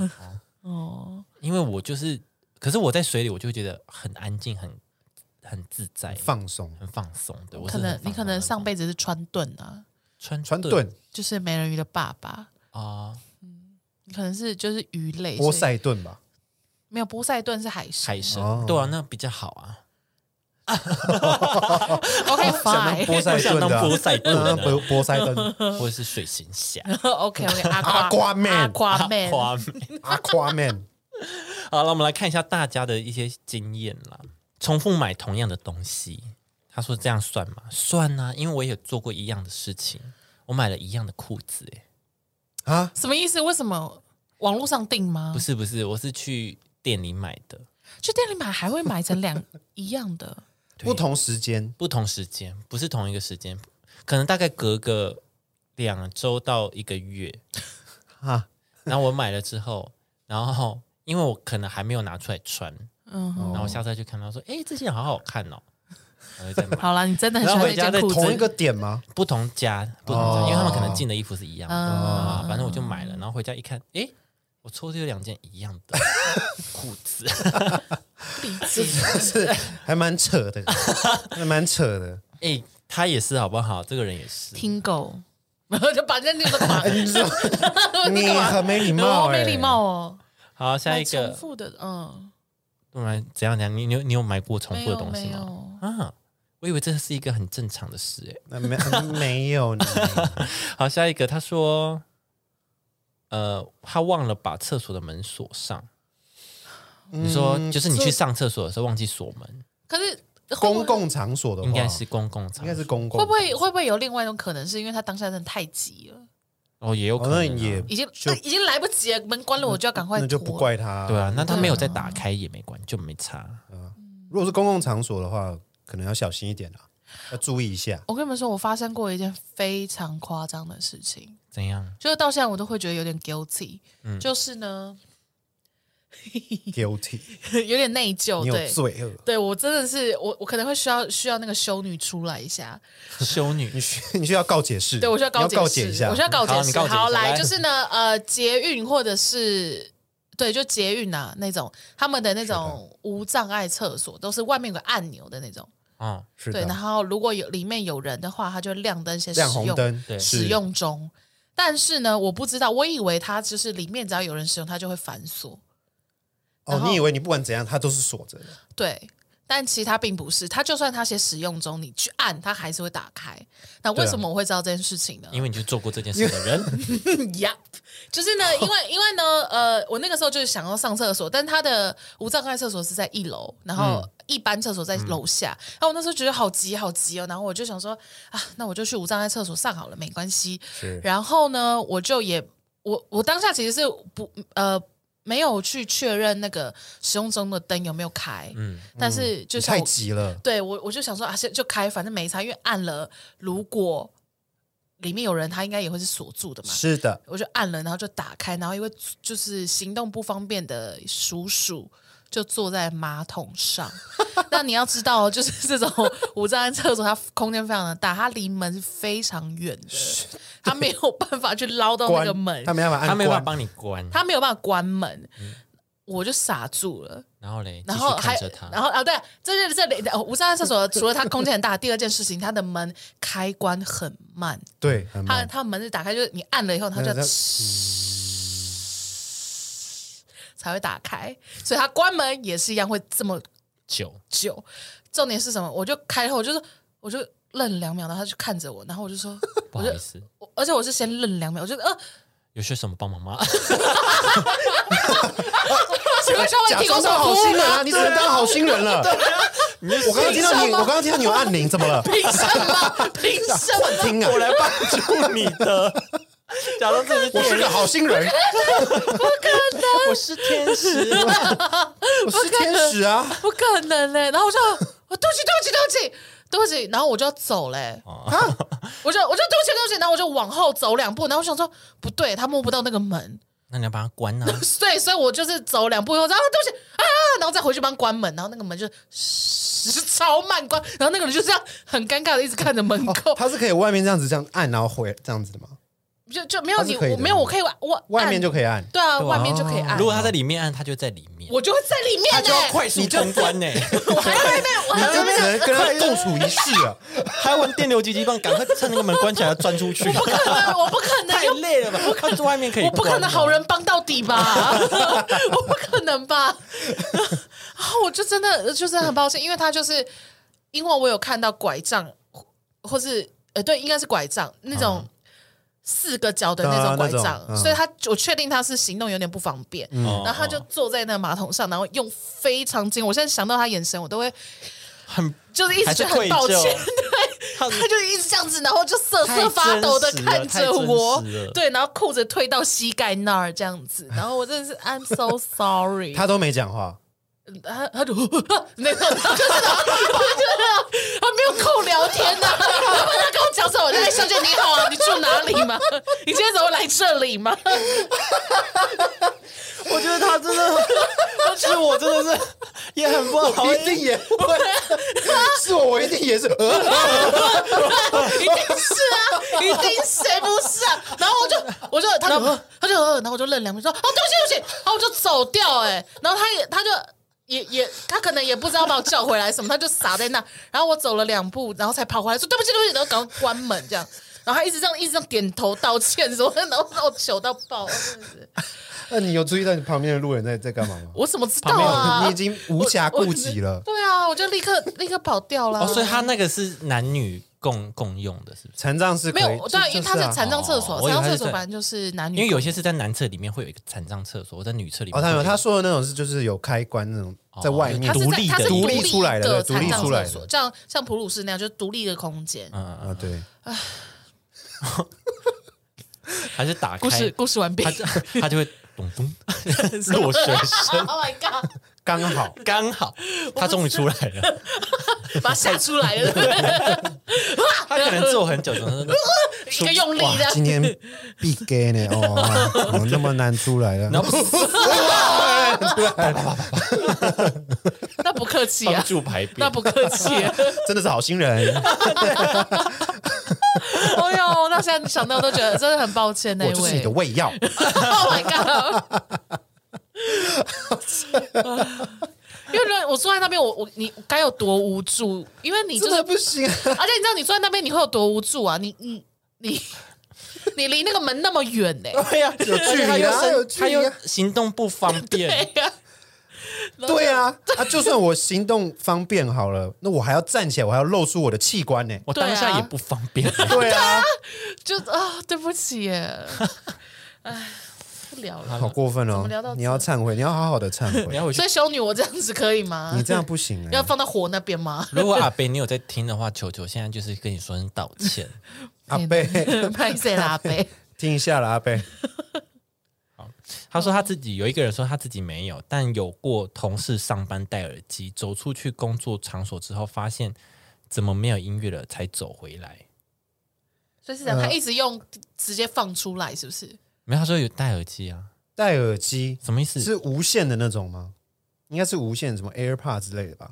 Speaker 3: 哦，
Speaker 1: 因为我就是，可是我在水里，我就会觉得很安静，很很自在，
Speaker 3: 哎
Speaker 2: 放松
Speaker 1: 很放松的。我是
Speaker 3: 可能
Speaker 1: 很放
Speaker 3: 你可能
Speaker 1: 松
Speaker 3: 上
Speaker 1: 的
Speaker 3: 辈子是川顿啊，
Speaker 1: 穿
Speaker 2: 船盾、
Speaker 3: 就是美人鱼的爸爸，
Speaker 1: 啊，
Speaker 3: 你可能是就是鱼类。
Speaker 2: 波
Speaker 3: 所以
Speaker 2: 塞顿吧，
Speaker 3: 没有波塞顿是海参。
Speaker 1: 海参
Speaker 2: 哦
Speaker 1: 对啊，那比较好啊。
Speaker 3: OK
Speaker 2: 想当
Speaker 3: fine
Speaker 2: 波塞顿的啊，
Speaker 1: 我想当 波塞顿啊
Speaker 2: 嗯波波塞顿
Speaker 1: 或者是水行侠、
Speaker 3: OK OK 阿
Speaker 2: Aquaman
Speaker 3: 阿夸妹，
Speaker 1: 花妹。
Speaker 2: ，Aquaman，
Speaker 1: 好了，我们来看一下大家的一些经验啦。重复买同样的东西，他说这样算吗？算啊，因为我也做过一样的事情，我买了一样的裤子、欸，
Speaker 2: 啊，
Speaker 3: 什么意思？为什么？网络上订吗？
Speaker 1: 不是不是，我是去店里买的，
Speaker 3: 去店里买还会买成两 一样的，
Speaker 2: 不同时间
Speaker 1: 不同时间，不是同一个时间，可能大概隔个两周到一个月。
Speaker 2: 啊，
Speaker 1: 然后我买了之后，然后因为我可能还没有拿出来穿，
Speaker 3: 嗯，
Speaker 1: 然后我下次再去看，他说：“哎，这件好好看哦。”然后再买
Speaker 3: 好啦，你真的很喜
Speaker 1: 然后
Speaker 3: 欢
Speaker 1: 回
Speaker 3: 那
Speaker 1: 家
Speaker 3: 件
Speaker 1: 再
Speaker 3: 裤
Speaker 2: 同一
Speaker 3: 子，
Speaker 2: 个点 吗？
Speaker 1: 不同家，不同家，
Speaker 2: 哦
Speaker 1: 因为他们可能进的衣服是一样的啊。
Speaker 3: 嗯
Speaker 1: 反正我就买了，然后回家一看，哎，我抽屉有两件一样 的裤子，
Speaker 3: 理解
Speaker 2: 是还蛮扯的，还蛮扯 的。
Speaker 1: 哎，他也是好不好？这个人也是，
Speaker 3: 听狗，然 后就把人家那个干嘛？
Speaker 2: 你 说你
Speaker 3: 那干嘛
Speaker 2: 很没礼貌、
Speaker 3: 我
Speaker 2: 欸，
Speaker 3: 没礼貌。哦。
Speaker 1: 好，下一
Speaker 3: 买重
Speaker 1: 个，
Speaker 3: 复的，嗯，
Speaker 1: 我们来怎样讲？你你有你有买过重
Speaker 3: 没
Speaker 1: 复的
Speaker 3: 有
Speaker 1: 东西
Speaker 3: 没
Speaker 1: 吗？
Speaker 3: 有，
Speaker 1: 啊，我以为这是一个很正常的事，哎。
Speaker 2: 那呃没 没有呢，
Speaker 1: 好，下一个，他说，呃，他忘了把厕所的门锁上。
Speaker 2: 嗯
Speaker 1: 你说，就是你去上厕所的时候忘记锁门，
Speaker 3: 可是会不会
Speaker 2: 公共场所的话，
Speaker 1: 应该是公共
Speaker 2: 哦应
Speaker 1: 场
Speaker 2: 该是
Speaker 1: 所，
Speaker 2: 公共，
Speaker 3: 会不会会不会有另外一种可能，是因为他当下真的太急了，
Speaker 1: 哦，也有
Speaker 2: 哦
Speaker 1: 可
Speaker 2: 那
Speaker 1: 能啊
Speaker 2: 也
Speaker 3: 已经呃
Speaker 2: 就
Speaker 3: 已经来不及了，门关了我就要赶快，
Speaker 2: 那就不。怪他、
Speaker 1: 对啊，那他没有再打开也没关，就没差。
Speaker 2: 如果是公共场所的话，可能要小心一点啦，要注意一下。
Speaker 3: 我跟你们说，我发生过一件非常夸张的事情，
Speaker 1: 怎样？
Speaker 3: 就是到现在我都会觉得有点 guilty，、就是
Speaker 2: 嗯
Speaker 3: 呢
Speaker 2: Guilty，
Speaker 3: 有点内疚，
Speaker 2: 你有
Speaker 3: 哦对。
Speaker 2: 罪恶，
Speaker 3: 对我真的是我，我可能会需要需要那个修女出来一下，
Speaker 1: 修女
Speaker 2: 你需你 需要告解释，
Speaker 3: 对我需要
Speaker 2: 你
Speaker 3: 告
Speaker 2: 要
Speaker 3: 解
Speaker 2: 告
Speaker 3: 释
Speaker 2: 解一下
Speaker 3: 我需。要告解
Speaker 1: 好
Speaker 3: 释。
Speaker 1: 你告解一下
Speaker 3: 来，
Speaker 1: 来
Speaker 3: 就是呢，呃，捷运或者是对，就捷运啊那种，他们的那种无障碍厕所都是外面有个按钮的那种，
Speaker 1: 啊，
Speaker 2: 是
Speaker 3: 对，然
Speaker 2: 的，
Speaker 3: 后如果有里面有人的话，它就会亮灯先使
Speaker 2: 亮红
Speaker 3: 用
Speaker 2: 灯
Speaker 1: 对，
Speaker 2: 是
Speaker 3: 使用中。但是呢，我不知道，我以为它就是里面只要有人使用，它就会反锁。然
Speaker 2: 哦，
Speaker 3: 后
Speaker 2: 你以为你不管怎样，它都是锁着的，
Speaker 3: 对，但其实它并不是，它就算它写使用中，你去按它还是会打开。那为
Speaker 2: 对啊
Speaker 3: 什么我会知道这件事情呢？
Speaker 1: 因为你就做过这件事的 人，
Speaker 3: 呀，就是呢， 因为因为呢，呃，我那个时候就是想要上厕所，但他的无障碍厕所是在一楼，然后
Speaker 2: 嗯
Speaker 3: 一般厕所在楼下。然后我那时候觉得好急好急哦，然后我就想说啊，那我就去无障碍厕所上好了，没关系。
Speaker 2: 是
Speaker 3: 然后呢，我就也我我当下其实是不呃没有去确认那个使用中的灯有没有开，
Speaker 1: 嗯，
Speaker 3: 但是嗯就
Speaker 2: 你
Speaker 3: 像
Speaker 2: 太
Speaker 3: 我
Speaker 2: 急了，
Speaker 3: 对我我就想说啊，先就开，反正没差，因为按了，如果里面有人，他应该也会是锁住的嘛。
Speaker 2: 是的，
Speaker 3: 我就按了，然后就打开，然后因为就是行动不方便的叔叔就坐在马桶上。 那你要知道，就是这种无障碍厕所，它空间非常的大，它离门是非常远的，它没有办法去捞到那个门，
Speaker 2: 他没办法按
Speaker 1: 他没有办法
Speaker 2: 关
Speaker 1: 帮你关，
Speaker 3: 它没有办法关门，我就傻住了。
Speaker 1: 然后嘞，继
Speaker 3: 然
Speaker 1: 续
Speaker 3: 后还
Speaker 1: 看着他，
Speaker 3: 然后啊，对，这是这里无障碍厕所除了它空间很大，第 二件事情，它的门开关很慢，
Speaker 2: 对，很
Speaker 3: 它
Speaker 2: 慢，
Speaker 3: 它门是打开，就是你按了以后，它就
Speaker 2: 那它
Speaker 3: 才会打开，所以它关门也是一样会这么
Speaker 1: 九
Speaker 3: 久。重点是什么？我就开后，我就说，我就愣了两秒，然后他就看着我，然后我 就说，
Speaker 1: 不好意思，
Speaker 3: 我而且我是先愣两秒，我就呃，
Speaker 1: 有需要什么帮忙 吗？
Speaker 3: 请问稍微
Speaker 2: 假
Speaker 3: 提供
Speaker 2: 装
Speaker 3: 什
Speaker 2: 当
Speaker 3: 么
Speaker 2: 好
Speaker 3: 服务
Speaker 2: 心人
Speaker 3: 吗
Speaker 2: 啊！？你怎么当好心人了？
Speaker 3: 啊
Speaker 2: 我刚刚听到
Speaker 3: 凭什
Speaker 2: 你，
Speaker 3: 么
Speaker 2: 我刚刚听到你有按铃，怎么了？
Speaker 3: 凭什么？凭什么？
Speaker 2: 听啊，我来帮助
Speaker 1: 你的， 假装自己
Speaker 2: 我是个好心人，
Speaker 1: 我是天使，
Speaker 2: 我是天使啊！
Speaker 3: 不可能嘞、然后我就，我对不起，对不起，对不起，对不起。然后我就要走嘞、啊我就我就对不起，对不起。然后我就往后走两步，然后我想说，不对，他摸不到那个门，
Speaker 1: 那你要把它关 啊，
Speaker 3: 对，所以我就是走两步以后，然后对不起啊，然后再回去帮关门，然后那个门就嘶超慢关，然后那个人就这样很尴尬的一直看着门口，
Speaker 2: 哦他是可以外面这样子这样按，然后回这样子的吗？
Speaker 3: 就就没有
Speaker 2: 他是
Speaker 3: 你，
Speaker 2: 可以
Speaker 3: 我
Speaker 2: 的
Speaker 3: 没有，我可以外我
Speaker 2: 外
Speaker 3: 按
Speaker 2: 面就可以按，
Speaker 3: 对啊，外面就可以按
Speaker 1: 如，果他在里面按，他就在里面，
Speaker 3: 我就会在里
Speaker 1: 他
Speaker 3: 面
Speaker 1: 就
Speaker 3: 呢、
Speaker 1: 要快速通关呢、
Speaker 3: 我还在外面，我
Speaker 2: 你
Speaker 3: 还在
Speaker 2: 就
Speaker 3: 外面
Speaker 2: 只能跟他共处一室了。
Speaker 1: 还玩电流狙击棒，赶快趁那个门关起来钻出 去。
Speaker 3: 不可能，我不可能
Speaker 1: 太
Speaker 3: 又
Speaker 1: 累了吧？他在外面可以， 啊
Speaker 3: 我不可能好。人帮到底 吧？我不可能吧？啊，我就真的就是很抱歉，因为他就是因为我有看到拐杖，或或是呃，对，应该是拐杖那种。四个脚的那种拐
Speaker 2: 啊对
Speaker 3: 杖
Speaker 2: 啊，嗯那种嗯
Speaker 3: 所以他我确定他是行动有点不方便，
Speaker 1: 哦
Speaker 3: 然后他就坐在那马桶上，然后用非常近，我现在想到他眼神，我都会
Speaker 1: 很
Speaker 3: 就是一直
Speaker 1: 还是
Speaker 3: 觉得很抱歉，
Speaker 1: 愧疚
Speaker 3: 对，
Speaker 1: 他
Speaker 3: 他就一直这样子，然后就瑟瑟发抖的看着我
Speaker 1: 太真实了太真实了，
Speaker 3: 对，然后裤子退到膝盖那儿这样子，然后我真的是 I'm so sorry，
Speaker 2: 他都没讲话，
Speaker 3: 他他就 那个，就是就是他没有空聊天的、他他跟我讲什么？哎，小姐你好啊，你住哪里吗？你今天怎么来这里吗？
Speaker 1: 我觉得他真的，其实我真的是也很不好
Speaker 2: 我
Speaker 1: 意
Speaker 2: 一
Speaker 1: 思。
Speaker 2: 定也会， 是我，我一定也是。呃
Speaker 3: 一定是啊，一定谁不是啊？ 然后我就我就他就他就然后我就愣两秒说哦对不起对不起，然后我就走掉哎、然后他也他就。也也，他可能也不知道把我叫回来什么，他就傻在那。然后我走了两步，然后才跑回来说对不起对不起，然后赶快关门这样。然后他一直这样一直这样点头道歉什么， 然后让我糗到爆，真的是
Speaker 2: 那你有注意到你旁边的路人在在干嘛吗？
Speaker 3: 我怎么知道啊？
Speaker 2: 你已经无暇顾及了，
Speaker 3: 对啊，我就立刻立刻跑掉
Speaker 2: 啊
Speaker 3: 了。
Speaker 1: 哦，所以他那个是男女共共用的，是不是？
Speaker 2: 残障是可
Speaker 3: 没
Speaker 2: 以
Speaker 3: 有，对啊，因为他是
Speaker 2: 就啊
Speaker 3: 残障厕
Speaker 1: 哦
Speaker 3: 所，
Speaker 1: 我以为
Speaker 3: 残障
Speaker 1: 他
Speaker 3: 厕
Speaker 1: 是
Speaker 3: 所
Speaker 1: 在
Speaker 3: 反正就是男女，
Speaker 1: 因为有些是在男厕里面会有一个残障厕所，在女厕里面
Speaker 2: 哦，他有
Speaker 1: 会
Speaker 2: 他说的那种是就是有开关那种，在外面
Speaker 3: 它是
Speaker 1: 独
Speaker 3: 在
Speaker 1: 立
Speaker 3: 它
Speaker 1: 的
Speaker 3: 是
Speaker 1: 独
Speaker 2: 嗯立出来的
Speaker 3: 的
Speaker 2: 对独立
Speaker 3: 残障
Speaker 2: 出来
Speaker 3: 厕所
Speaker 2: 的
Speaker 3: 像像普鲁士那样，就是独立的空间。
Speaker 1: 嗯
Speaker 2: 啊，对，
Speaker 1: 嗯还是打开
Speaker 3: 故，事故事完毕。
Speaker 1: 他就 他就会咚咚 落水声，
Speaker 3: Oh my god！
Speaker 2: 刚好
Speaker 1: 刚好他终于出来了，
Speaker 3: 把它吓出来了，
Speaker 1: 他可能坐很久， 然后
Speaker 3: 一个用力
Speaker 2: 哇
Speaker 3: 这，样。
Speaker 2: 今天必 gay 呢哦，怎么那么难出来了？
Speaker 1: 然后
Speaker 2: 啊
Speaker 3: 那不客气
Speaker 1: 帮
Speaker 3: 啊，
Speaker 1: 助排便
Speaker 3: 那，不客气。 啊
Speaker 2: 真的是好心人，
Speaker 3: 哎呦，那现在想到都觉得真的很抱歉那
Speaker 2: 我
Speaker 3: 一
Speaker 2: 就是你
Speaker 3: 位
Speaker 2: 的。胃药。
Speaker 3: Oh my god！因为人我坐在那边，我我你该有多无助？因为你就
Speaker 2: 真
Speaker 3: 是
Speaker 2: 的不行、啊，
Speaker 3: 而且你知道你坐在那边你会有多无助啊？你你你 你离那个门那么远呢、
Speaker 1: 对呀，有
Speaker 2: 距离啊 有距
Speaker 1: 他
Speaker 2: 离啊
Speaker 1: 又行动不方 便，
Speaker 2: 啊
Speaker 3: 对呀、
Speaker 2: 对啊，啊，就算我行动方便好了，那我还要站起来，我还要露出我的器官呢、
Speaker 1: 我当
Speaker 3: 对啊
Speaker 1: 下也不方 便。
Speaker 2: 对啊，
Speaker 3: 就啊、对不起耶，哎，不聊了。
Speaker 2: 好过分
Speaker 3: 怎
Speaker 2: 哦
Speaker 3: 么聊到！这
Speaker 2: 你要忏悔，你要好好的忏
Speaker 1: 你
Speaker 2: 悔，
Speaker 1: 要回去
Speaker 3: 所以修女，我这样子可以吗？
Speaker 2: 你这样不行、欸
Speaker 3: 要。放到火那 边吗？
Speaker 1: 如果阿北你有在听的话，球球现在就是跟你说声道歉。
Speaker 2: 阿贝，
Speaker 3: 拍谁啦贝？
Speaker 2: 听一下啦，阿贝，
Speaker 1: 他说他自己有一个人说他自己没有，但有过同事上班戴耳机，走出去工作场所之后，发现怎么没有音乐了，才走回来。
Speaker 3: 所以是这样，
Speaker 2: 呃
Speaker 3: 他一直用直接放出来，是不是？
Speaker 1: 没有，他说有戴耳机啊，
Speaker 2: 戴耳机
Speaker 1: 什么意思？
Speaker 2: 是无线的那种吗？应该是无线，什么 AirPod 之类的吧。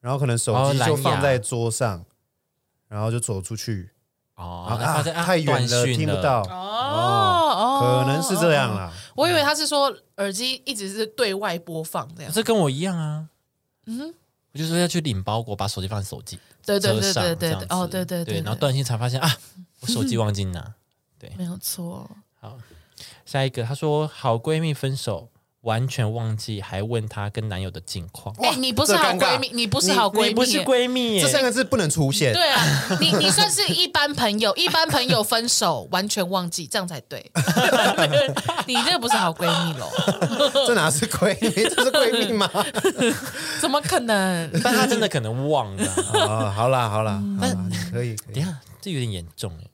Speaker 2: 然后可能手
Speaker 1: 哦
Speaker 2: 机
Speaker 1: 蓝牙
Speaker 2: 就放在桌上，然后就走出去
Speaker 1: 哦
Speaker 2: 啊，
Speaker 1: 那发
Speaker 2: 啊
Speaker 1: 现
Speaker 2: 太远
Speaker 1: 断
Speaker 2: 了
Speaker 1: 讯
Speaker 2: 听不
Speaker 1: 了
Speaker 2: 到，
Speaker 3: 哦
Speaker 2: 可能是这样。啊
Speaker 3: 哦哦
Speaker 2: 啦。
Speaker 3: 我以为他是说耳机一直是对外播放这样。
Speaker 1: 这跟我一样啊。嗯，我就说要去领包裹，把手机放在手机
Speaker 3: 对对
Speaker 1: 车
Speaker 3: 对
Speaker 1: 上
Speaker 3: 对对
Speaker 1: 这样
Speaker 3: 对，
Speaker 1: 子
Speaker 3: 哦对对
Speaker 1: 对，然后断线才发现啊，我手机忘记拿。
Speaker 3: 没有错。
Speaker 1: 下一个，她说好闺蜜分手，完全忘记，还问她跟男友的近况。
Speaker 3: 哎、你不是
Speaker 2: 这
Speaker 3: 好
Speaker 2: 尴尬
Speaker 3: 闺蜜，你不是好闺蜜，
Speaker 1: 你不是闺蜜耶，
Speaker 2: 这三个字不能出现。
Speaker 3: 对啊，你你算是一般朋友，一般朋友分手完全忘记，这样才对。 你这个不是好闺蜜喽？
Speaker 2: 这哪是闺蜜？ 这是闺蜜吗？
Speaker 3: 怎么可能？
Speaker 1: 但她真的可能忘了啊。
Speaker 2: 啊，好啦好啦，好啦可以可
Speaker 1: 嗯等
Speaker 2: 以
Speaker 1: 一。下，这有点严重耶。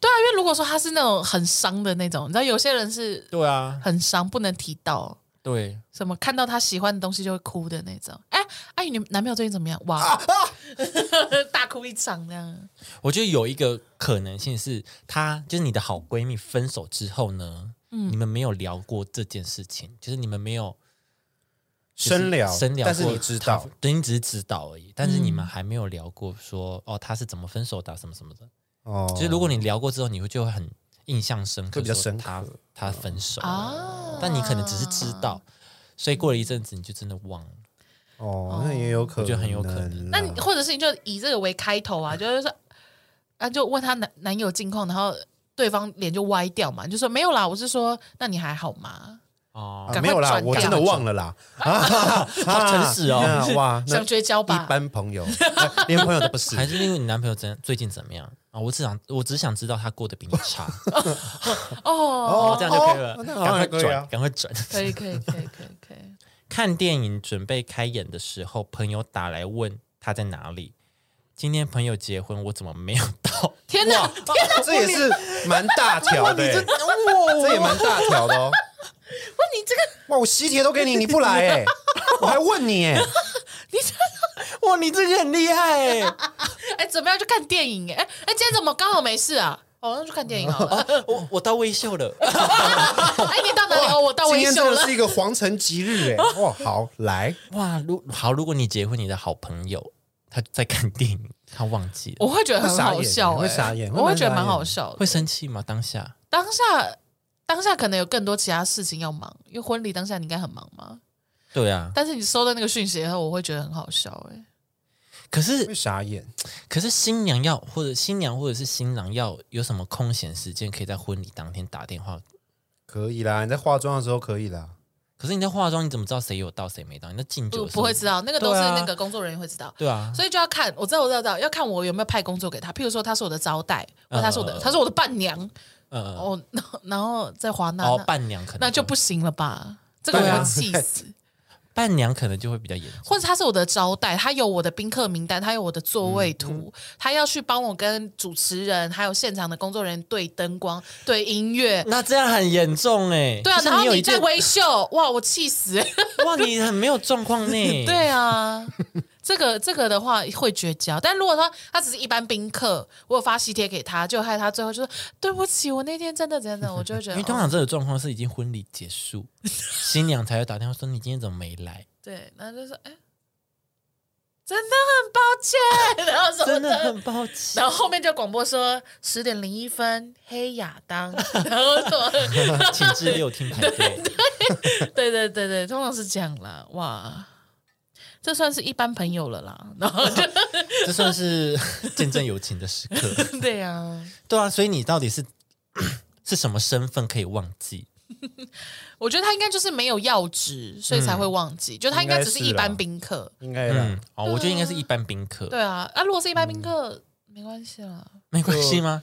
Speaker 3: 对啊，因为如果说他是那种很伤的那种，你知道有些人是
Speaker 1: 对啊，
Speaker 3: 很伤，不能提到
Speaker 1: 对，
Speaker 3: 什么，看到他喜欢的东西就会哭的那种。哎、哎，你男朋友最近怎么样？哇， 大哭一场那样。
Speaker 1: 我觉得有一个可能性是，她就是你的好闺蜜分手之后呢，你们没有聊过这件事情，就是你们没有就是
Speaker 2: 深聊，
Speaker 1: 深聊过，
Speaker 2: 但是你知道
Speaker 1: 她，，对，你只是知道而已，但是你们还没有聊过说，哦，她是怎么分手的啊、什么什么的。
Speaker 2: 哦，
Speaker 1: 就是如果你聊过之后，你会就会很印象深刻，
Speaker 2: 会比较深刻嗯
Speaker 1: 她她分手
Speaker 3: 啊
Speaker 1: 了，但你可能只是知道，所以过了一阵子你就真的忘了。
Speaker 2: 哦，那也有可能，
Speaker 1: 我觉得很有可能
Speaker 3: 那
Speaker 2: 嗯
Speaker 3: 你或者是你就以这个为开头 啊，就是说，啊，就问她男男友近况，然后对方脸就歪掉嘛，你就说没有啦，我是说，那你还好吗？
Speaker 1: 哦，
Speaker 2: 啊
Speaker 3: 赶
Speaker 2: 没
Speaker 3: 快
Speaker 2: 有啦，
Speaker 3: 转
Speaker 2: 我真的忘了啦，
Speaker 1: 好
Speaker 2: 啊
Speaker 1: 诚实哦，
Speaker 2: 那哇，那
Speaker 3: 想绝交吧
Speaker 2: 一？般朋友， 哎连朋友都不是
Speaker 1: 还。是因为你男朋友怎最近怎么样啊？我只想我只想知道他过得比你差，
Speaker 3: 哦，
Speaker 1: 哦，这样就可以了。
Speaker 2: 哦那好像
Speaker 1: 赶快
Speaker 2: 可以啊
Speaker 1: 转，赶快转。
Speaker 3: 可以，可以，可以，可以，可以。
Speaker 1: 看电影准备开演的时候，朋友打来问他在哪里，今天朋友结婚，我怎么没有到？
Speaker 3: 天哪，天哪，
Speaker 2: 这也是蛮大条的、欸，这也蛮大条的哦。
Speaker 3: 哇，你这个
Speaker 2: 哇，我喜帖都 给你，你不来哎、我还问你哎、
Speaker 3: 你这
Speaker 1: 哇，你这个很厉害哎、
Speaker 3: 哎，怎么样去看电影？哎哎，今天怎么刚好没事啊？哦，那去看电影 好了。
Speaker 1: 呃我我到微笑了，
Speaker 3: 哎，你到哪 里？哦，我到
Speaker 2: 今
Speaker 3: 维
Speaker 2: 天
Speaker 3: 修
Speaker 2: 真的
Speaker 3: 了。
Speaker 2: 是一个黄晨吉日哎、哇，好来，
Speaker 1: 哇！如好，如果你结婚，你的好朋友他在看电影，他忘记了，
Speaker 3: 我会觉得很好笑、
Speaker 2: 会傻眼
Speaker 3: 哎
Speaker 2: 会傻眼
Speaker 3: 我会觉
Speaker 2: 会蛮傻眼
Speaker 3: 得蛮好笑 的。
Speaker 1: 会生气吗？当下
Speaker 3: 当下当下可能有更多其他事情要忙，因为婚礼当下你应该很忙嘛。
Speaker 1: 对啊，
Speaker 3: 但是你收到那个讯息以后，我会觉得很好笑、哎，
Speaker 1: 可
Speaker 2: 会
Speaker 1: 是
Speaker 2: 傻眼。
Speaker 1: 可是新娘要或者新娘或者是新郎要有什么空闲时间，可以在婚礼当天打电话。
Speaker 2: 可以啦，你在化妆的时候可以啦。
Speaker 1: 可是你在化妆，你怎么知道谁有到谁没到？你在敬酒
Speaker 3: 不
Speaker 1: 的时
Speaker 3: 不
Speaker 1: 候
Speaker 3: 会知道，那个都是
Speaker 1: 对啊
Speaker 3: 那个工作人员会知道。
Speaker 1: 对啊，
Speaker 3: 所以就要看，我知道，我知道，我知道要看我有没有派工作给他。譬如说，他是我的招待，或他是我的，
Speaker 1: 嗯嗯嗯
Speaker 3: 他是我的伴娘，
Speaker 1: 嗯，嗯
Speaker 3: 哦，然后然后再华纳，
Speaker 1: 然后
Speaker 3: 那
Speaker 1: 哦伴娘可能
Speaker 3: 那就不行了吧？这个我
Speaker 1: 对啊
Speaker 3: 会气 死。
Speaker 1: 伴娘可能就会比较严重。
Speaker 3: 或者他是我的招待，他有我的宾客名单，他有我的座位图，
Speaker 1: 嗯
Speaker 3: 他要去帮我跟主持人还有现场的工作人员对灯光、对音乐。
Speaker 1: 那这样很严重哎、
Speaker 3: 对啊，
Speaker 1: 就是
Speaker 3: 然后
Speaker 1: 有
Speaker 3: 你
Speaker 1: 一
Speaker 3: 在
Speaker 1: 件
Speaker 3: 微秀，哇，我气死！
Speaker 1: 哇，你很没有状况 呢。
Speaker 3: 对啊，这个这个的话会绝交。但如果说他只是一般宾客，我有发喜帖给他，就害他最后就说对不起，我那天真的怎样怎样，我就会觉
Speaker 1: 因
Speaker 3: 得
Speaker 1: 为通
Speaker 3: 哦
Speaker 1: 常这个状况是已经婚礼结 束，新娘才会打电话说你今天怎么没来？
Speaker 3: 对，然后就说哎，真的很抱歉，然后哎什么
Speaker 1: 真的很抱歉。
Speaker 3: 然后后面就广播说十点零一分，黑亚 当，然后什么？
Speaker 1: 请至六厅排队，
Speaker 3: 对对对对，通常是这样啦。哇，这算是一般朋友了啦。然后就
Speaker 1: 这算是 见证友情的时刻。
Speaker 3: 对啊，
Speaker 1: 对啊，所以你到底是 是什么身份可以忘记？
Speaker 3: 我觉得他应该就是没有要职，所以才会忘记。就他应该只是
Speaker 1: 啊
Speaker 3: 一般宾客。
Speaker 2: 应该啦，
Speaker 1: 嗯，哦，我觉得应该是一般宾客，
Speaker 3: 对啊，啊，如果是一般宾客，没关系啦。
Speaker 1: 没关系吗？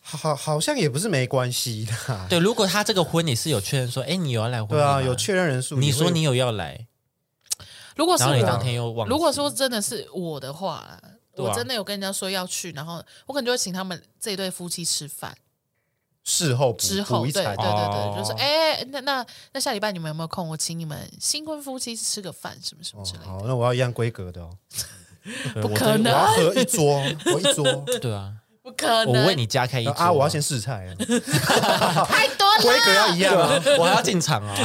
Speaker 2: 好好好像也不是没关系的。
Speaker 1: 对，如果他这个婚礼是有确认说，哎，你有要来婚
Speaker 2: 对
Speaker 1: 礼
Speaker 2: 啊，
Speaker 1: 吗
Speaker 2: 有确认人数。
Speaker 1: 你说
Speaker 2: 会
Speaker 1: 你有要来，
Speaker 3: 如果是
Speaker 1: 然后你当天
Speaker 3: 我，
Speaker 1: 又忘记，
Speaker 3: 如果说真的是我的话啦，
Speaker 1: 对啊
Speaker 3: 我真的有跟人家说要去，然后我可能就会请他们这一对夫妻吃饭。
Speaker 2: 事后补
Speaker 3: 之后，
Speaker 2: 补一
Speaker 3: 对对对
Speaker 2: 餐，
Speaker 1: 哦
Speaker 3: 对，就是哎、那那那下礼拜你们有没有空？我请你们新婚夫妻吃个饭，什么什么
Speaker 2: 哦
Speaker 3: 之类的。
Speaker 2: 好，那我要一样规格的哦，
Speaker 1: 对
Speaker 3: 不
Speaker 1: 我
Speaker 3: 可
Speaker 2: 我
Speaker 3: 能
Speaker 2: 要合一桌，我一桌。
Speaker 1: 对啊，
Speaker 3: 不可
Speaker 1: 我
Speaker 3: 能，
Speaker 1: 为你 加开一桌
Speaker 2: 啊，我要先试菜，
Speaker 3: 太多 了，
Speaker 2: 规格要一样 啊。哎
Speaker 1: 我还要进场啊！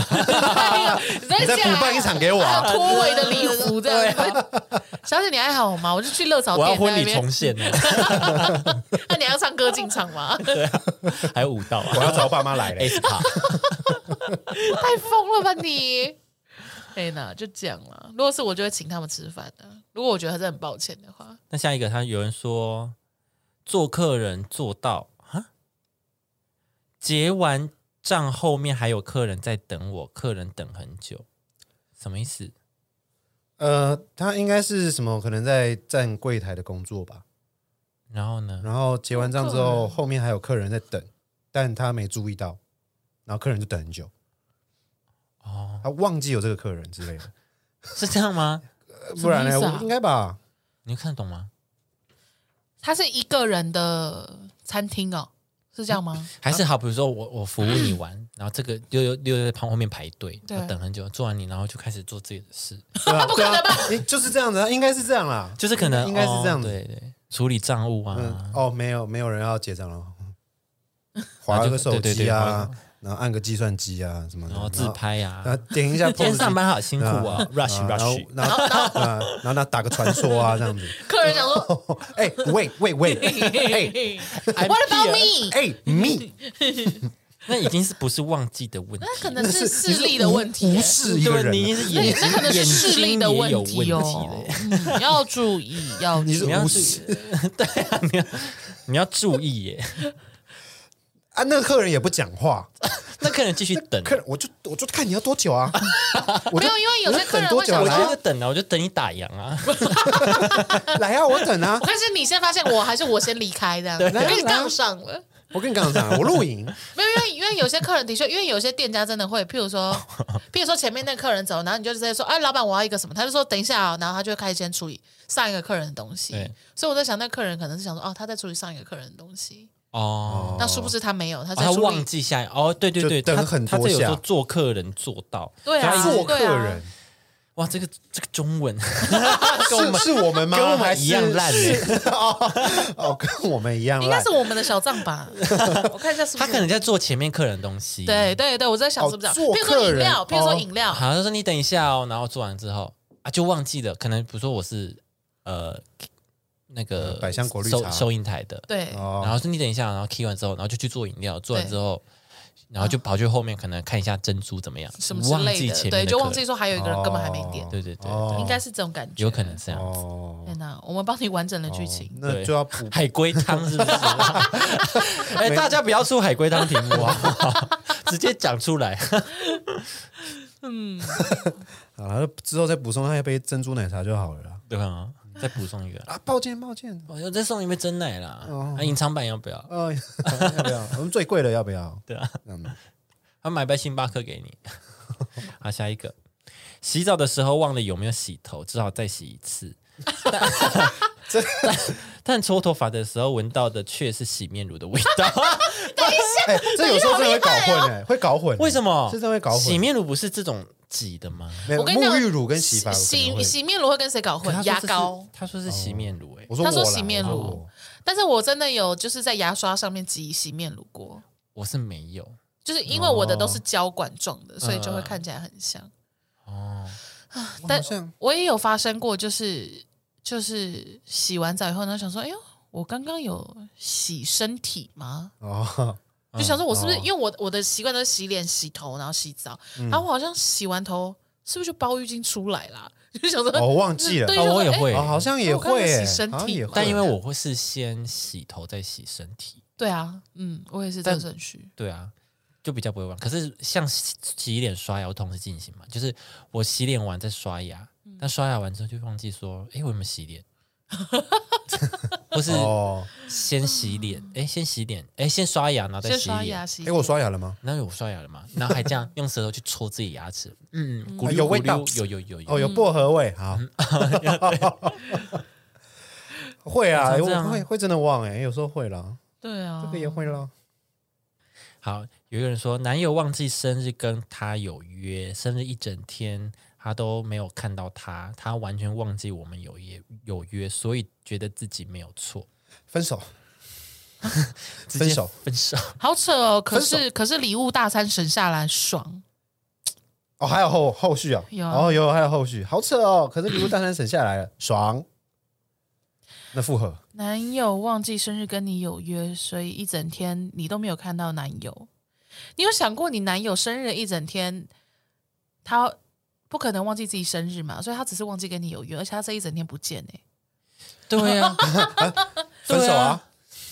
Speaker 3: 你在
Speaker 2: 你再补办一场给我 啊
Speaker 3: 还有脱尾的礼服这样子。小姐你还好吗？我就去乐草
Speaker 1: 我要
Speaker 3: 店
Speaker 1: 婚
Speaker 3: 在那
Speaker 1: 礼重
Speaker 3: 边。
Speaker 1: 现呢， 啊
Speaker 3: 那你还要唱歌进场吗？
Speaker 1: 还有舞蹈啊，
Speaker 2: 我要找我爸妈来
Speaker 1: A
Speaker 2: 嘞。
Speaker 1: S 卡。
Speaker 3: 太疯了吧你！哎那就这样了。如果是我，就会请他们吃饭的。如果我觉得他真的很抱歉的话，
Speaker 1: 那下一个，他有人说做客人做到啊，结完账后面还有客人在等我，客人等很久，什么意思？
Speaker 2: 呃，他应该是什么？可能在站柜台的工作吧。
Speaker 1: 然后呢？
Speaker 2: 然后结完账之
Speaker 3: 有客
Speaker 2: 后，
Speaker 3: 人
Speaker 2: 后面还有客人在等，但他没注意到，然后客人就等很久，
Speaker 1: 哦，
Speaker 2: 他忘记有这个客人之类的。
Speaker 1: 是这样吗？
Speaker 2: 呃不然
Speaker 3: 什
Speaker 2: 呢？
Speaker 3: 么意思啊
Speaker 2: 我应该吧？
Speaker 1: 你看得懂吗？
Speaker 3: 他是一个人的餐厅哦，是这样吗？
Speaker 1: 还是好，比如说我我服务你完，然后这个又又又在旁后面排队，
Speaker 3: 对
Speaker 1: 要等很久，做完你，然后就开始做自己的事，
Speaker 2: 对 啊，不可能吧？你就是这样子啊，应该是这样啦。
Speaker 1: 就是可能
Speaker 2: 应该是
Speaker 1: 哦
Speaker 2: 这样子
Speaker 1: 对对，处理账务啊，
Speaker 2: 嗯，哦，没有，没有人要结账 了，划个手
Speaker 1: 对对
Speaker 2: 机
Speaker 1: 对
Speaker 2: 啊
Speaker 1: 划，
Speaker 2: 然后按个计算机啊什么的，
Speaker 1: 然后自，拍呀、
Speaker 2: 然
Speaker 1: 啊
Speaker 2: 后，呃点一下 POS 机。
Speaker 1: 今天上班好辛苦
Speaker 2: 啊
Speaker 1: 啊，rush
Speaker 2: 啊
Speaker 1: rush，
Speaker 2: 然后然 后啊然后他打个传说啊这样子。
Speaker 3: 客人想说，
Speaker 2: 哎喂喂喂，哎
Speaker 3: What
Speaker 1: 啊
Speaker 3: about me？
Speaker 2: 哎 me，
Speaker 1: 那已经是不是忘记的问题？
Speaker 3: 那可能
Speaker 2: 那
Speaker 3: 是
Speaker 2: 你
Speaker 3: 视
Speaker 2: 是
Speaker 3: 力的
Speaker 2: 无
Speaker 3: 问题
Speaker 2: 无
Speaker 3: 耶，
Speaker 2: 视一个
Speaker 1: 对你已
Speaker 2: 人啊
Speaker 1: 经是眼
Speaker 2: 了，
Speaker 3: 那那可能是视力的
Speaker 1: 眼睛也有
Speaker 3: 问
Speaker 1: 问
Speaker 3: 题哦
Speaker 1: 题，
Speaker 3: 嗯 要注意，要
Speaker 2: 你 是
Speaker 3: 注意
Speaker 1: 你要
Speaker 2: 无
Speaker 1: 是
Speaker 2: 视
Speaker 1: 的，你要你要注意耶。
Speaker 2: 啊。那个客人也不讲话，啊
Speaker 1: 那客人继续等，
Speaker 2: 客人我就我就看你要多久 啊。我
Speaker 3: 没
Speaker 2: 就
Speaker 3: 有，因为有些客人
Speaker 2: 我就等多
Speaker 3: 会
Speaker 2: 久
Speaker 3: 想
Speaker 1: 我
Speaker 2: 啊
Speaker 1: 就
Speaker 3: 说
Speaker 1: 在。等啊，我就等你打烊啊。
Speaker 2: 来啊，我等啊。
Speaker 3: 但是你先发现我，还是我先离开这样子，
Speaker 1: 对
Speaker 3: 跟你杠上了。
Speaker 2: 我跟你刚刚讲，我露营，
Speaker 3: 没有，因为因为有些客人的确，因为有些店家真的会，譬如说，譬如说前面那客人走，然后你就直接说，哎，老板，我要一个什么？他就说等一下、哦，然后他就会开始先处理上一个客人的东西
Speaker 1: 对。
Speaker 3: 所以我在想，那客人可能是想说，哦，他在处理上一个客人的东西，
Speaker 1: 哦，
Speaker 3: 那殊不知他没有，他
Speaker 1: 哦
Speaker 3: 在
Speaker 1: 他
Speaker 3: 处理。
Speaker 1: 忘记下一哦，对对
Speaker 2: 就
Speaker 1: 对，
Speaker 2: 等
Speaker 1: 他
Speaker 2: 很
Speaker 1: 他
Speaker 2: 多
Speaker 1: 这有
Speaker 2: 下
Speaker 1: 时候做客人做到，
Speaker 3: 对啊
Speaker 1: 所以他一直
Speaker 2: 做客人
Speaker 1: 哇，这个这个中文
Speaker 3: 啊
Speaker 2: 是是我们吗？
Speaker 1: 跟我们
Speaker 2: 还是
Speaker 1: 一样烂欸
Speaker 2: 是哦 哦，跟我们一样
Speaker 3: 应该
Speaker 2: 烂
Speaker 3: 是。我们的小账吧？我看一下是不
Speaker 1: 他
Speaker 3: 是。
Speaker 1: 可能在做前面客人的东西，啊
Speaker 3: 对，对对，我在想是不是这样？
Speaker 2: 哦做
Speaker 3: 譬如说
Speaker 2: 客
Speaker 3: 饮
Speaker 2: 人
Speaker 3: 料，譬如说
Speaker 2: 哦
Speaker 3: 饮料，
Speaker 1: 好像说你等一下哦，然后做完之后啊就忘记了，可能比如说我是呃那个
Speaker 2: 呃百香果绿
Speaker 1: 收
Speaker 2: 茶
Speaker 1: 收银台的，
Speaker 3: 对，
Speaker 2: 哦
Speaker 1: 然后说你等一下，然后 key 完之后，然后就去做饮料，做完之后。然后就跑去后面，可能看一下珍珠怎么样，
Speaker 3: 什么之
Speaker 1: 忘
Speaker 3: 类
Speaker 1: 记
Speaker 3: 的，
Speaker 1: 前面的
Speaker 3: 对，就
Speaker 1: 客
Speaker 3: 忘记
Speaker 1: 人。
Speaker 3: 说还有一个人根本还没点
Speaker 2: 哦，
Speaker 1: 对对对对
Speaker 2: 哦
Speaker 3: 应该是这种感觉，
Speaker 1: 有可能。这样。
Speaker 2: 哦，
Speaker 3: 天哪，我们帮你完整了剧情。
Speaker 2: 那
Speaker 1: 对
Speaker 2: 就要 补
Speaker 1: 海龟汤是不 是？哎，大家不要出海龟汤题目啊， 直接讲出来。
Speaker 2: 好了，之后再补充他一杯珍珠奶茶就好了啦。
Speaker 1: 对啊， 再补送 一个，
Speaker 2: 啊，抱歉抱歉，
Speaker 1: 我又再送一杯真奶啦。
Speaker 3: 哦
Speaker 1: 啊，隐藏版要不要？
Speaker 2: 呃， 要不要？我们最贵的要不要？
Speaker 1: 对啊，
Speaker 2: 嗯，
Speaker 1: 他买杯星巴克给你。 好，下一个。洗澡的时候忘了有没有洗头，只好再洗一 次。但但但搓头发的时候闻到的却是洗面乳的味道，
Speaker 2: 哎，这有时候真的会搞混
Speaker 3: 哦
Speaker 2: 哎，会搞混。
Speaker 1: 为什么？
Speaker 2: 是真的会搞混。欸
Speaker 1: 洗面乳不是这种挤的吗？
Speaker 2: 没有
Speaker 3: 我跟你讲
Speaker 2: 沐浴乳跟洗发乳可能
Speaker 3: 洗
Speaker 2: 会
Speaker 3: 洗面乳会跟谁搞
Speaker 1: 可
Speaker 3: 混？
Speaker 1: 他说
Speaker 3: 牙
Speaker 1: 这是
Speaker 3: 膏。
Speaker 1: 他说是洗面乳、欸，
Speaker 2: 我说
Speaker 3: 他说
Speaker 2: 我啦
Speaker 3: 洗面乳
Speaker 2: 我说我
Speaker 3: 但是我真的有就是在牙刷上面挤洗面乳过，
Speaker 1: 我是没有
Speaker 3: 就是因为我的都是胶管状的，所以就会看起来很像。
Speaker 1: 哦，
Speaker 2: 我
Speaker 3: 但
Speaker 2: 好像
Speaker 3: 我也有发生过，就是就是洗完澡以后呢，想说，哎呦，我刚刚有洗身体吗？
Speaker 2: 哦，
Speaker 3: 就想说我是不是、因为我我的习惯都是洗脸、洗头，然后洗澡，然后我好像洗完头是不是就包浴巾出来啦？就想说，
Speaker 2: 哦我忘记了
Speaker 3: 对，
Speaker 1: 哦
Speaker 3: 就想说
Speaker 1: 我也
Speaker 3: 哎
Speaker 1: 会
Speaker 2: 哦，好像也
Speaker 3: 我刚刚
Speaker 2: 会
Speaker 3: 洗
Speaker 2: 哎
Speaker 3: 身
Speaker 2: 好像
Speaker 3: 体
Speaker 2: 也
Speaker 3: 嘛
Speaker 2: 会
Speaker 1: 但因为我会是先洗头再洗身体，
Speaker 3: 对啊，嗯，我也是这个顺序。
Speaker 1: 对啊，就比较不会忘。可是像洗洗脸、刷牙，我同时进行嘛，就是我洗脸完再刷牙，
Speaker 3: 嗯
Speaker 1: 但刷牙完之后就忘记说，哎，我有没有洗 脸？或是
Speaker 2: 哦，
Speaker 1: 先洗脸，哎，先洗脸，哎，先刷牙，然后再
Speaker 3: 先
Speaker 1: 洗
Speaker 3: 刷牙
Speaker 1: 脸。
Speaker 3: 洗
Speaker 2: 哎，，我刷牙了吗？
Speaker 1: 然后我刷牙了嘛，然后还这样用舌头去戳自己牙齿，嗯，咕噜
Speaker 2: 啊有味
Speaker 1: 咕噜
Speaker 2: 道
Speaker 1: 有有有有
Speaker 2: 哦，有薄荷味，好。 会啊，
Speaker 1: 嗯常这样啊
Speaker 2: 我会会真的忘哎，有时候会啦，
Speaker 3: 对啊，
Speaker 2: 这个也会啦。
Speaker 1: 好，有一个人说，男友忘记生日跟他有约，生日一整天他都没有看到他，他完全忘记我们有约有约，所以觉得自己没有错，
Speaker 2: 分手，
Speaker 1: 直
Speaker 2: 分
Speaker 1: 接
Speaker 2: 手
Speaker 1: 分手。
Speaker 3: 好扯哦。可
Speaker 2: 分手
Speaker 3: 是可是礼物大餐省下来爽，
Speaker 2: 哦，还有后后续啊，
Speaker 3: 有啊
Speaker 2: 哦有还有后续，好扯哦。可是礼物单单省下来了， 爽。那复合
Speaker 3: 男友忘记生日跟你有约，所以一整天你都没有看到男友。你有想过你男友生日一整天，他不可能忘记自己生日嘛？所以他只是忘记跟你有约，而且他这一整天不见哎、
Speaker 1: 对 啊，
Speaker 2: 分手啊，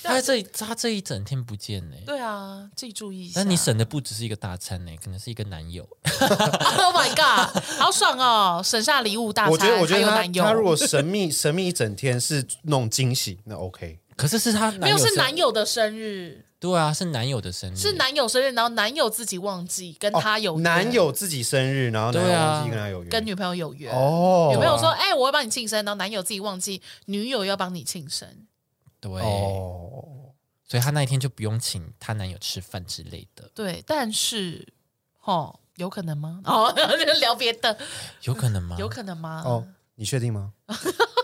Speaker 1: 他这一他这一整天不见呢、
Speaker 3: 对啊，自己注意一下。
Speaker 1: 但你 省的不只是一个大餐呢、可能是一个男友。
Speaker 3: ，Oh my god，好爽哦！省下礼物大餐，
Speaker 2: 我觉得我觉
Speaker 3: 还
Speaker 2: 得
Speaker 3: 有
Speaker 2: 他
Speaker 3: 男友，
Speaker 2: 他如果神秘 神秘一整天是弄惊喜，那 OK。
Speaker 1: 可是是他
Speaker 3: 没
Speaker 1: 男
Speaker 3: 有
Speaker 1: 友
Speaker 3: 是
Speaker 1: 生
Speaker 3: 男友的生日，
Speaker 1: 对啊，是男友的生日，
Speaker 3: 是男友生日，然后男友自己忘记跟
Speaker 2: 哦
Speaker 3: 他有约
Speaker 2: 男友自己生日，然后男友
Speaker 1: 对啊
Speaker 2: 忘记跟他有约，
Speaker 3: 跟女朋友有约。
Speaker 2: 哦，
Speaker 3: 有没有说，哎、我会帮你庆生，然后男友自己忘记，女友要帮你庆生，
Speaker 1: 对，
Speaker 2: 哦，
Speaker 1: 所以他那一天就不用请他男友吃饭之类的，
Speaker 3: 对，但是，哦，有可能吗？哦， 聊别的，
Speaker 1: 有可能吗？
Speaker 3: 有可能吗？
Speaker 2: 哦，你确定吗？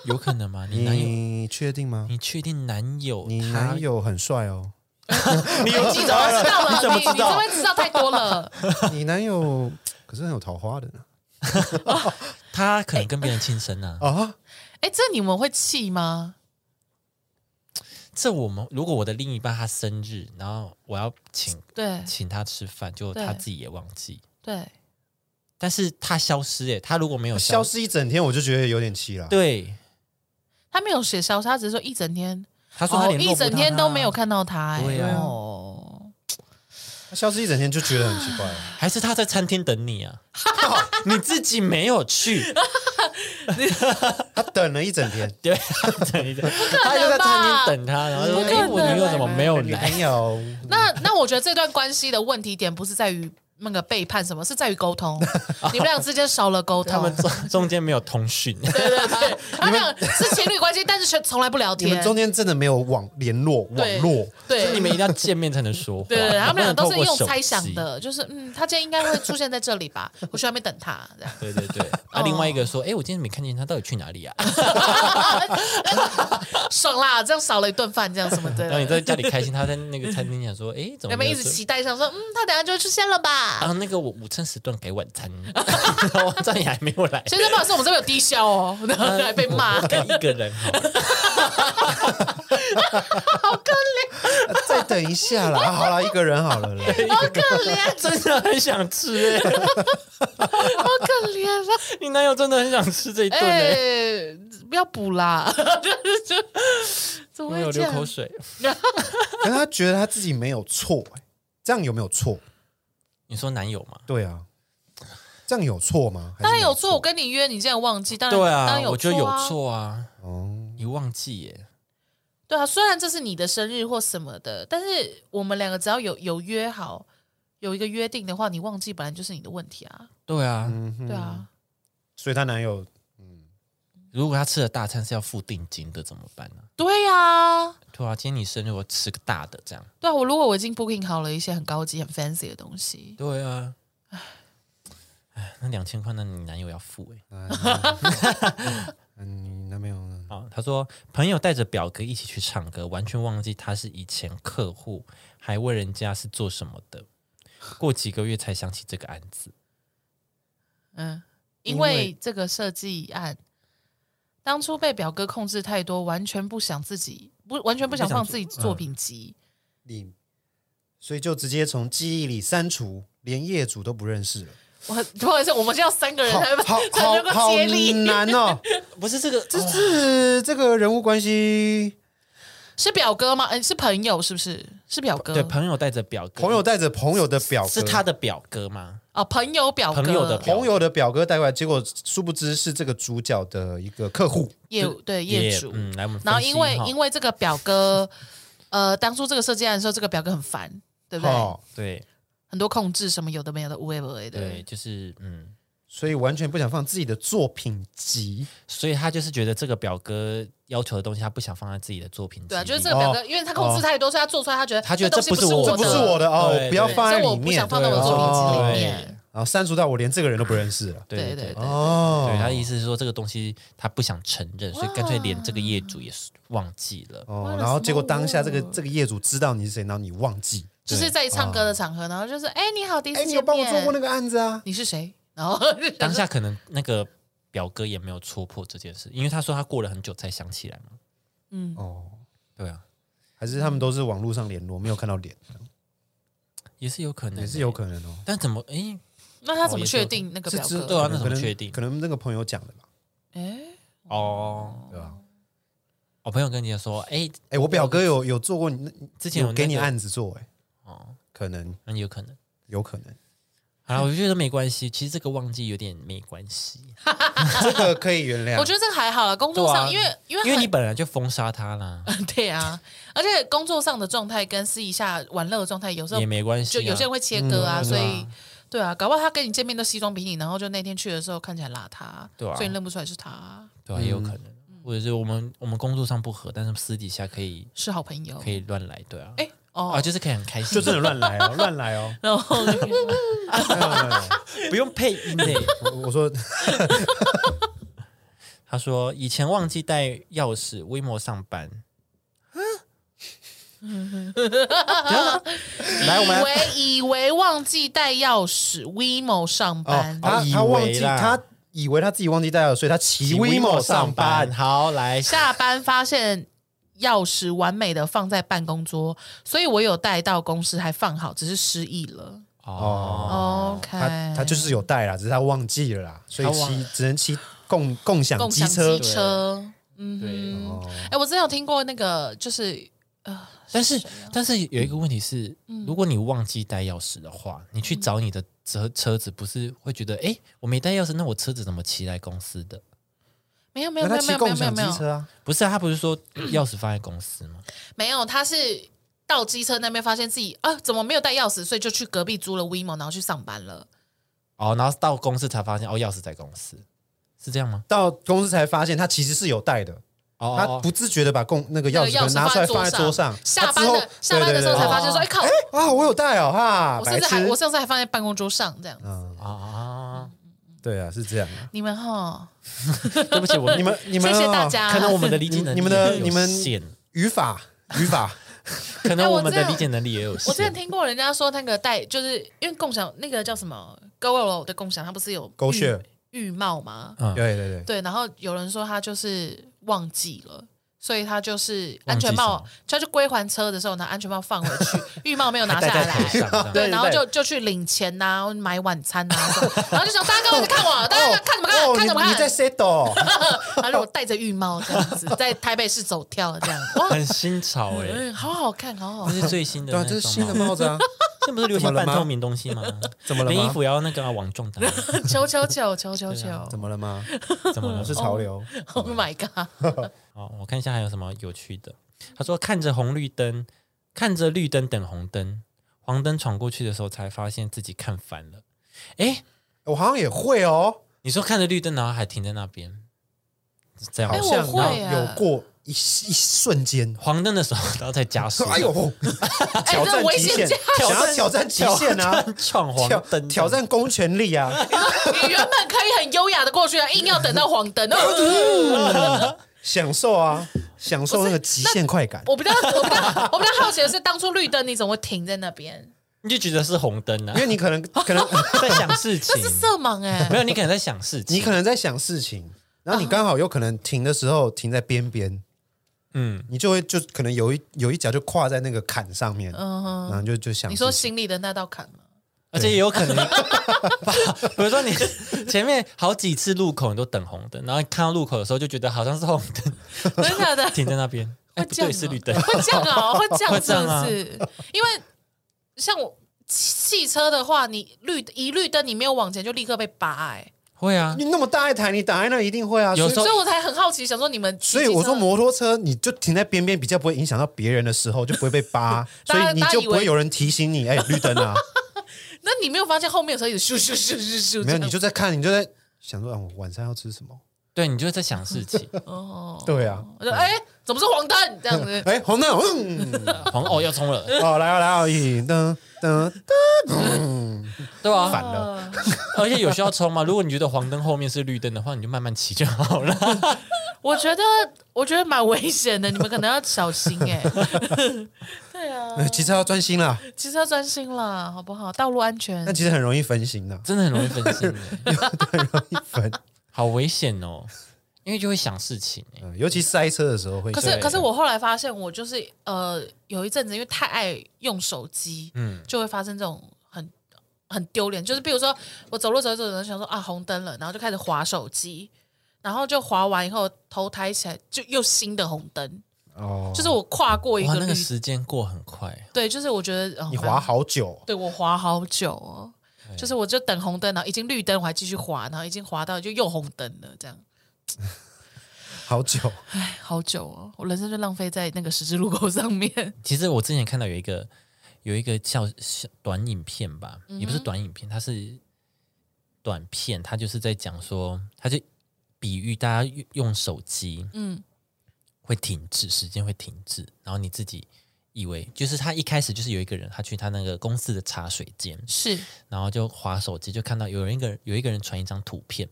Speaker 1: 有可能吗？你男友
Speaker 2: 你确定吗？
Speaker 1: 你确定男友
Speaker 2: 你
Speaker 1: 他
Speaker 2: 男友很 帅哦，
Speaker 3: 你有哎记得知道了，你
Speaker 2: 怎么
Speaker 3: 你
Speaker 2: 知道
Speaker 3: 怎么会知道太多了？
Speaker 2: 你男友可是很有桃花的 呢
Speaker 1: 他可能跟别人亲生啊？
Speaker 2: 啊，
Speaker 3: 哎、这你们会气吗？
Speaker 1: 这我们如果我的另一半他生日，然后我要请
Speaker 3: 对
Speaker 1: 请他吃饭，就
Speaker 3: 对
Speaker 1: 他自己也忘记，
Speaker 3: 对，
Speaker 1: 但是他消失诶、欸他如果没有
Speaker 2: 消，失一整天我就觉得有点气了。
Speaker 1: 对，
Speaker 3: 他没有写消息，他只是说一整天，
Speaker 1: 他说他
Speaker 3: 哦
Speaker 1: 联络不
Speaker 3: 一
Speaker 1: 到
Speaker 3: 整
Speaker 1: 他
Speaker 3: 天都没有看到他、哎
Speaker 1: 对啊
Speaker 3: 哦
Speaker 2: 而他消失一整天就觉得很奇怪。
Speaker 1: 还是他在餐厅等你啊？ 你自己没有去，
Speaker 2: 他等了一整天，
Speaker 1: 对，等一等，他就在餐厅等他，然后说：“
Speaker 3: 不可
Speaker 1: 哎，
Speaker 3: 能
Speaker 1: 我女友怎么没有
Speaker 2: 女
Speaker 1: 来
Speaker 2: 朋友
Speaker 3: 那那我觉得这段关系的问题点不是在于那个背叛什么，是在于沟通。你们俩之间少了沟通，？”
Speaker 1: 中中间没有通讯，
Speaker 3: 对对对，他们俩是情侣关系，但是却从来不聊
Speaker 2: 你们
Speaker 3: 天。
Speaker 2: 中间真的没有网联络
Speaker 3: 对
Speaker 2: 网络，
Speaker 1: 所以 你
Speaker 3: 对
Speaker 1: 们一定要见面才能说话。
Speaker 3: 对对，他们俩
Speaker 1: 不能
Speaker 3: 都
Speaker 1: 透
Speaker 3: 是
Speaker 1: 过
Speaker 3: 用
Speaker 1: 手
Speaker 3: 猜想
Speaker 1: 机。
Speaker 3: 的，就是嗯，他今天应该会出现在这里吧，我去外面等他这样。
Speaker 1: 对对 对，啊，另外一个说，哎，我今天没看见他，到底去哪里啊？
Speaker 3: 爽啦，这样少了一顿饭，这样什么的。
Speaker 1: 然后 你在家里开心，他在那个餐厅想说，哎，怎么
Speaker 3: 人们
Speaker 1: 没
Speaker 3: 一
Speaker 1: 有
Speaker 3: 直
Speaker 1: 吃
Speaker 3: 期待上说，嗯，他等下就会出现了吧？
Speaker 1: 啊，那个我午餐时段改晚 餐，然后晚上也还没有来，
Speaker 3: 所以这不好意思，我们这边有低消哦，然后还被骂
Speaker 1: 哎我。跟一个人好了，
Speaker 2: 啊再等一下 啦，啊好啦，一个人好了啦。
Speaker 3: 好可怜，
Speaker 1: 真的很想吃哎、
Speaker 3: 好可怜 啊！
Speaker 1: 你男友真的很想吃这一顿哎、
Speaker 3: 哎，不要补啦！ 怎么
Speaker 1: 我有
Speaker 3: 会这
Speaker 1: 哎流
Speaker 3: 样
Speaker 1: 口？水。啊
Speaker 2: 可是他觉得他自己没有错、欸，这样有没有错？
Speaker 1: 你说男友吗？
Speaker 2: 对啊，这样有错吗？还是
Speaker 3: 当然有
Speaker 2: 没
Speaker 3: 错，我跟你约，你竟然忘记，当然
Speaker 1: 对
Speaker 3: 当
Speaker 1: 啊
Speaker 3: 然，有
Speaker 1: 我觉得有
Speaker 3: 啊。
Speaker 1: 错啊，
Speaker 2: 哦，
Speaker 1: 你忘记耶。
Speaker 3: 对啊，虽然这是你的生日或什么的，但是我们两个只要有有约好，有一个约定的话，你忘记本来就是你的问题啊。
Speaker 1: 对啊，
Speaker 2: 嗯哼
Speaker 3: 对，啊，
Speaker 2: 所以她男友
Speaker 1: 如果他吃了大餐是要付定金的，怎么办呢、
Speaker 3: 对啊，
Speaker 1: 对啊，今天你生日我吃个大的这样。
Speaker 3: 对啊，我如果我已经 booking 好了一些很高级、很 fancy 的东西，
Speaker 1: 对啊，哎，那两千块那你男友要付哎。
Speaker 2: 嗯，你男朋友呢？
Speaker 1: 啊，他说朋友带着表哥一起去唱歌，完全忘记他是以前客户，还问人家是做什么的。过几个月才想起这个案子，
Speaker 3: 嗯，
Speaker 2: 因
Speaker 3: 因
Speaker 2: 为
Speaker 3: 为这个设计案当初被表哥控制太多，完全不想自己不完全不想
Speaker 1: 不想
Speaker 3: 放
Speaker 1: 做
Speaker 3: 自己作品集，
Speaker 1: 嗯
Speaker 2: 你，所以就直接从记忆里删除，连业主都不认识了，
Speaker 3: 我很不好意思，我们就要三个人
Speaker 2: 好
Speaker 3: 才
Speaker 2: 好
Speaker 3: 才
Speaker 2: 好
Speaker 3: 能够
Speaker 2: 好
Speaker 3: 接力。
Speaker 2: 难哦，
Speaker 1: 不是这个，
Speaker 2: 这是这个人物关系，
Speaker 3: 是表哥吗？嗯、是朋友是不是？是表哥？
Speaker 1: 对朋友带着表哥，
Speaker 2: 朋友带着朋友的表哥，
Speaker 1: 是他的表哥吗？
Speaker 3: 哦，朋友表哥，
Speaker 1: 朋友的
Speaker 2: 朋友的表哥带过来，结果殊不知是这个主角的一个客户，
Speaker 3: 业务对业主。
Speaker 1: 嗯，来我们分析哈，
Speaker 3: 然后因为因为这个表哥， 呃，当初这个设计案的时候，这个表哥很烦，对不对？
Speaker 2: 哦，
Speaker 1: 对
Speaker 3: 很多控制什么有的没有的，无微不微的。
Speaker 1: 对，就是嗯，
Speaker 2: 所以完全不想放自己的作品集。
Speaker 1: 所以他就是觉得这个表哥要求的东西，他不想放在自己的作品集里，
Speaker 3: 对啊，就是这个表哥，因为他控制太多，所以他做出来，他觉得
Speaker 1: 他觉得
Speaker 3: 这东西
Speaker 1: 这不是
Speaker 3: 是
Speaker 1: 我
Speaker 2: 这
Speaker 1: 的
Speaker 2: 不是
Speaker 3: 的，
Speaker 2: 我的哦，
Speaker 1: 对
Speaker 2: 不要
Speaker 1: 对
Speaker 2: 放在
Speaker 3: 所以
Speaker 2: 里
Speaker 3: 我不
Speaker 2: 面，
Speaker 3: 想放到我
Speaker 2: 对
Speaker 3: 的作品集
Speaker 1: 哦
Speaker 3: 里面。
Speaker 2: 然后删除到我连这个人都不认识了。
Speaker 1: 对
Speaker 3: 对
Speaker 1: 对
Speaker 3: 对
Speaker 1: 对。
Speaker 3: 对
Speaker 2: 哦，
Speaker 1: 对他的意思是说，这个东西他不想承认，所以干脆连这个业主也是忘记了。
Speaker 2: 哦，然后结果当下这个
Speaker 3: What a small world
Speaker 2: 这个业主知道你是谁，然后你忘记，
Speaker 3: 就是在唱歌的场合，然后
Speaker 1: 哦
Speaker 3: 就是哎，你好，第一次
Speaker 2: 哎，
Speaker 3: 见
Speaker 2: 你
Speaker 3: 面，
Speaker 2: 有帮我做过那个案子啊？
Speaker 3: 你是谁？然后
Speaker 1: 当下可能那个表哥也没有戳破这件事，因为他说他过了很久才想起来嘛。
Speaker 3: 嗯
Speaker 2: 哦，
Speaker 1: 对啊，
Speaker 2: 还是他们都是网络上联络，没有看到脸，
Speaker 1: 也是有可能，
Speaker 2: 也是有可能哦。
Speaker 1: 但怎么诶？
Speaker 3: 那他怎么确定那个
Speaker 2: 是
Speaker 3: 表
Speaker 2: 知
Speaker 1: 对
Speaker 3: 哥？
Speaker 1: 啊那怎么
Speaker 2: 可能
Speaker 1: 确定
Speaker 2: 可能那个朋友讲的吧，
Speaker 3: 哎，
Speaker 1: 哦，
Speaker 2: 对吧？啊
Speaker 1: 我朋友跟你说，诶，
Speaker 2: 哎，我表哥有有做过你那
Speaker 1: 之前有
Speaker 2: 有给你
Speaker 1: 那个
Speaker 2: 案子做，哎，
Speaker 1: 哦，
Speaker 2: 可能
Speaker 1: 那有可能。
Speaker 2: 有可能，
Speaker 1: 好了，我觉得没关系，其实这个忘记有点没关 系，
Speaker 2: 这个可以原谅。
Speaker 3: 我觉得这个还好啦，工作上
Speaker 1: 啊对
Speaker 3: 因
Speaker 1: 啊
Speaker 3: 为因为
Speaker 1: 因为
Speaker 3: 很
Speaker 1: 你本来就封杀他啦，
Speaker 3: 对啊，而且工作上的状态跟私底下玩乐的状态有时候
Speaker 1: 也没关系、
Speaker 3: 就
Speaker 1: 啊。
Speaker 3: 有些人会切割啊，
Speaker 1: 嗯
Speaker 3: 所
Speaker 1: 对啊
Speaker 3: 以对啊，搞不好他跟你见面都西装笔挺，然后就那天去的时候看起来邋遢，
Speaker 1: 对啊
Speaker 3: 所以你认不出来是他，
Speaker 2: 嗯
Speaker 1: 对啊，也有可能，
Speaker 3: 嗯
Speaker 1: 或者是我们我们工作上不合，但是私底下可以
Speaker 3: 是好朋友。
Speaker 1: 可以乱来，对啊，
Speaker 3: 哎
Speaker 1: 啊，
Speaker 3: 哦，，
Speaker 1: 就是可以很开心，
Speaker 2: 就真的乱来哦，乱来哦
Speaker 3: 然后
Speaker 2: 乱来乱来。
Speaker 1: 不用配音欸诶。
Speaker 2: 我我说
Speaker 1: 他说以前忘记带钥匙，WeMo 上班。来，哎我们来
Speaker 3: 以为以为忘记带钥匙，WeMo 上
Speaker 2: 哦
Speaker 3: 班，，
Speaker 2: 他
Speaker 1: 以
Speaker 2: 他忘
Speaker 1: 为
Speaker 2: 记
Speaker 1: 啦
Speaker 2: 他以为他自己忘记带了，所以他骑
Speaker 1: 请
Speaker 2: WeMo 上班。
Speaker 1: 好，来，
Speaker 3: 下班发现。钥匙完美的放在办公桌，所以我有带到公司，还放好，只是失忆了。
Speaker 1: 哦，
Speaker 3: OK，
Speaker 2: 他他就是有带啦，只是他忘记了啦，所以
Speaker 1: 他忘
Speaker 2: 骑
Speaker 1: 了
Speaker 2: 只能骑共共享
Speaker 3: 共
Speaker 2: 机
Speaker 3: 享
Speaker 2: 车
Speaker 3: 机。车。嗯
Speaker 1: 对
Speaker 3: 哼，哎、我之前有听过那个，就是呃，
Speaker 1: 但是
Speaker 3: 谁啊
Speaker 1: 但是有一个问题是，如果你忘记带钥匙的话，你去找你的车车子，不是会觉得，哎，我没带钥匙，那我车子怎么骑来公司的？
Speaker 3: 没有没有
Speaker 2: 那
Speaker 3: 没
Speaker 2: 他
Speaker 3: 有没
Speaker 2: 骑
Speaker 3: 有没
Speaker 2: 共
Speaker 3: 有没
Speaker 2: 享
Speaker 3: 有
Speaker 2: 机
Speaker 3: 没有
Speaker 2: 车啊，
Speaker 1: 不是、啊，他不是说钥匙放在公司吗？
Speaker 3: 没有，他是到机车那边发现自己啊怎么没有带钥匙，所以就去隔壁租了 WeMo，然后去上班了。
Speaker 1: 哦，然后到公司才发现，哦，钥匙在公司，是这样吗？
Speaker 2: 到公司才发现他其实是有带的，
Speaker 1: 哦哦，
Speaker 2: 他
Speaker 1: 哦
Speaker 2: 不自觉的把共那个钥匙
Speaker 3: 那个钥匙
Speaker 2: 可能拿出来放
Speaker 3: 放
Speaker 2: 在
Speaker 3: 在
Speaker 2: 桌
Speaker 3: 桌
Speaker 2: 上
Speaker 3: 上，
Speaker 2: 他啊之
Speaker 3: 下班的
Speaker 2: 后
Speaker 3: 下班的时候才发现说，哎
Speaker 2: 对对对
Speaker 3: 靠，
Speaker 2: 对啊，我有带哦哈，
Speaker 3: 我
Speaker 2: 白
Speaker 3: 甚至
Speaker 2: 痴
Speaker 3: 还我甚至还放在办公桌上这样子。
Speaker 2: 嗯，
Speaker 1: 啊啊 啊！
Speaker 2: 对啊，是这样啊。
Speaker 3: 你们哈，
Speaker 1: 对不起，我
Speaker 2: 你们你们
Speaker 3: 谢谢
Speaker 2: 哦
Speaker 3: 大家。
Speaker 1: 可能我们的理解
Speaker 2: 你
Speaker 1: 能力
Speaker 2: 你们的
Speaker 1: 也有
Speaker 2: 你们
Speaker 1: 限，
Speaker 3: 哎
Speaker 2: 语法语法，
Speaker 1: 可能我们的理解能力也有
Speaker 3: 我之前
Speaker 1: 限。
Speaker 3: 听过人家说，那个带就是因为共享那个叫什么 GoGo 的共享，它不是有
Speaker 2: 狗
Speaker 3: 浴
Speaker 2: 血
Speaker 3: 浴帽吗？
Speaker 1: 嗯
Speaker 2: 对对对，
Speaker 3: 对，然后有人说他就是忘记了，所以他就是
Speaker 1: 忘
Speaker 3: 安
Speaker 1: 记什
Speaker 3: 全帽
Speaker 1: 么，
Speaker 3: 他就归还车的时候拿安全帽放回 去，浴帽没有拿
Speaker 1: 戴
Speaker 3: 下
Speaker 1: 在头上这样
Speaker 3: 来，对，然后就就去领钱呐、买晚餐呐、什么然后就想大家干嘛看我，大家哎看什么看，
Speaker 2: 哦，
Speaker 3: 看什么
Speaker 2: 你你在 哦
Speaker 3: 看，
Speaker 2: settle，
Speaker 3: 然后我戴着浴帽这样子在台北市走跳这样，
Speaker 2: 哦
Speaker 3: 哇，
Speaker 1: 很新潮哎、
Speaker 3: 嗯，好好看，好好
Speaker 1: 这
Speaker 3: 看，
Speaker 1: 是最新的
Speaker 2: 对
Speaker 1: 那
Speaker 2: 啊，
Speaker 1: 种吗，
Speaker 2: 这是新的帽子 啊，
Speaker 1: 这不是流
Speaker 2: 怎
Speaker 1: 行
Speaker 2: 么了
Speaker 1: 半
Speaker 2: 吗
Speaker 1: 透明东西吗？
Speaker 2: 怎么了吗
Speaker 1: 连衣服也要那个啊网状的 啊，
Speaker 3: 求求求求求求
Speaker 2: 怎么了吗？
Speaker 3: 哦
Speaker 1: 怎么了？
Speaker 2: 是潮流，
Speaker 3: ，Oh my god！
Speaker 1: 哦，我看一下还有什么有趣的。他说看着红绿灯，看着绿灯等红灯，黄灯闯过去的时候，才发现自己看反了。哎，
Speaker 2: 我好像也会哦，
Speaker 1: 你说看着绿灯，然后还停在那边，是这样吗
Speaker 2: 好
Speaker 3: 哎。
Speaker 2: 像
Speaker 3: 我会
Speaker 2: 然后
Speaker 3: 啊
Speaker 2: 有过一一瞬间，
Speaker 1: 黄灯的时候，然后再加速，
Speaker 2: 哎呦， 挑战
Speaker 3: 危
Speaker 2: 极限
Speaker 3: 险驾，
Speaker 2: 想要挑战极限啊，
Speaker 1: 闯黄
Speaker 2: 挑
Speaker 1: 灯，
Speaker 2: 挑战公权力啊，
Speaker 3: 你原本可以很优雅的过去啊，硬要等到黄 灯。哦
Speaker 2: 享受啊，享受那个极限快感。
Speaker 3: 我比较我比较我比较好奇的是，当初绿灯你怎么会停在那边？
Speaker 1: 你就觉得是红灯啊
Speaker 2: 因，为你可能可能
Speaker 1: 在想事情
Speaker 3: 那，是色盲哎、
Speaker 1: 没有，你可能在想事情，
Speaker 2: 你可能在想事情，然后你刚好有可能停的时候停在边边，
Speaker 1: 嗯，
Speaker 2: 你就会就可能有一有一脚就跨在那个坎上面，然后就就想
Speaker 3: 你说
Speaker 2: 事情
Speaker 3: 心里的那道坎 吗？
Speaker 1: 而且也有可能，比如说你前面好几次路口你都等红灯，然后看到路口的时候就觉得好像是红灯，
Speaker 3: 真的的，
Speaker 1: 停在那边，哎，
Speaker 3: 会
Speaker 1: 不
Speaker 3: 这样、
Speaker 1: 对，
Speaker 3: 啊，
Speaker 1: 是绿 灯。
Speaker 3: 会这样啊、会这
Speaker 1: 会这
Speaker 3: 样是
Speaker 1: 样啊
Speaker 3: 不是？因为像我汽汽车的话，你绿一绿灯你没有往前就立刻被拔哎、
Speaker 1: 会啊，
Speaker 2: 你那么大一台，你挡在那一定会啊。
Speaker 1: 有
Speaker 2: 所以
Speaker 1: 时
Speaker 3: 所
Speaker 1: 候
Speaker 3: 以我才很好奇，想说你们骑
Speaker 2: 所以我
Speaker 3: 机
Speaker 2: 说
Speaker 3: 车
Speaker 2: 摩托车你就停在边边，比较不会影响到别人的时候，就不会被扒，所以你就不会有人提醒你，哎，绿灯啊，
Speaker 3: 那你没有发现后面有车一直咻咻咻咻咻，
Speaker 2: 没有，
Speaker 3: 这样
Speaker 2: 你就在看，你就在想说，啊，我晚上要吃什么？
Speaker 1: 对你就在想事 情，
Speaker 3: 哦，
Speaker 2: 对啊，
Speaker 3: 我说哎、怎么是黄灯这样 子？
Speaker 2: 哎，红灯，嗯，
Speaker 1: 黄哦要冲了，
Speaker 2: 哦，来啊来啊，一噔噔，
Speaker 1: 对吧、
Speaker 2: 反了，
Speaker 3: 哦
Speaker 1: 而且有需要冲吗？如果你觉得黄灯后面是绿灯的话，你就慢慢骑就好了。
Speaker 3: 我觉得，我觉得蛮危险的，你们可能要小心哎、 对啊，
Speaker 2: 哎，骑车要专心啦，
Speaker 3: 其实要专心啦，好不好？道路安全
Speaker 2: 但。其实很容易分心的，
Speaker 1: 真的很容易分心 耶，
Speaker 2: 很容易分。
Speaker 1: 好危险哦，因为就会想事情欸耶。
Speaker 2: 嗯，尤其塞车的时候会。
Speaker 3: 可是，
Speaker 1: 对
Speaker 3: 可是我后来发现，我就是呃，有一阵子因为太爱用手机，
Speaker 1: 嗯
Speaker 3: 嗯，就会发生这种很很丢脸。就是比如说，我走路走着走着，想说啊红灯了，然后就开始划手机，然后就划完以后头抬起来，就又新的红灯，
Speaker 2: 哦，
Speaker 3: 就是我跨过一
Speaker 1: 哇，
Speaker 3: 个
Speaker 1: 那
Speaker 3: 绿，
Speaker 1: 个时间过很快，
Speaker 3: 对，就是我觉得、呃
Speaker 2: 你滑好久，
Speaker 3: 对我滑好久哦，就是我就等红灯，然后已经绿灯，我还继续滑，然后已经滑到就又红灯了，这样
Speaker 2: 好久，
Speaker 3: 哎好久哦，我人生就浪费在那个十字路口上面。
Speaker 1: 其实我之前看到有一个有一个叫小短影片吧，也不是短影片，它是短片，它就是在讲说，它就比喻大家用手机
Speaker 3: 嗯，
Speaker 1: 会停滞，时间会停滞，然后你自己以为就是他一开始就是有一个人，他去他那个公司的茶水间，
Speaker 3: 是
Speaker 1: 然后就划手机，就看到有人一个有一个人传一张图片，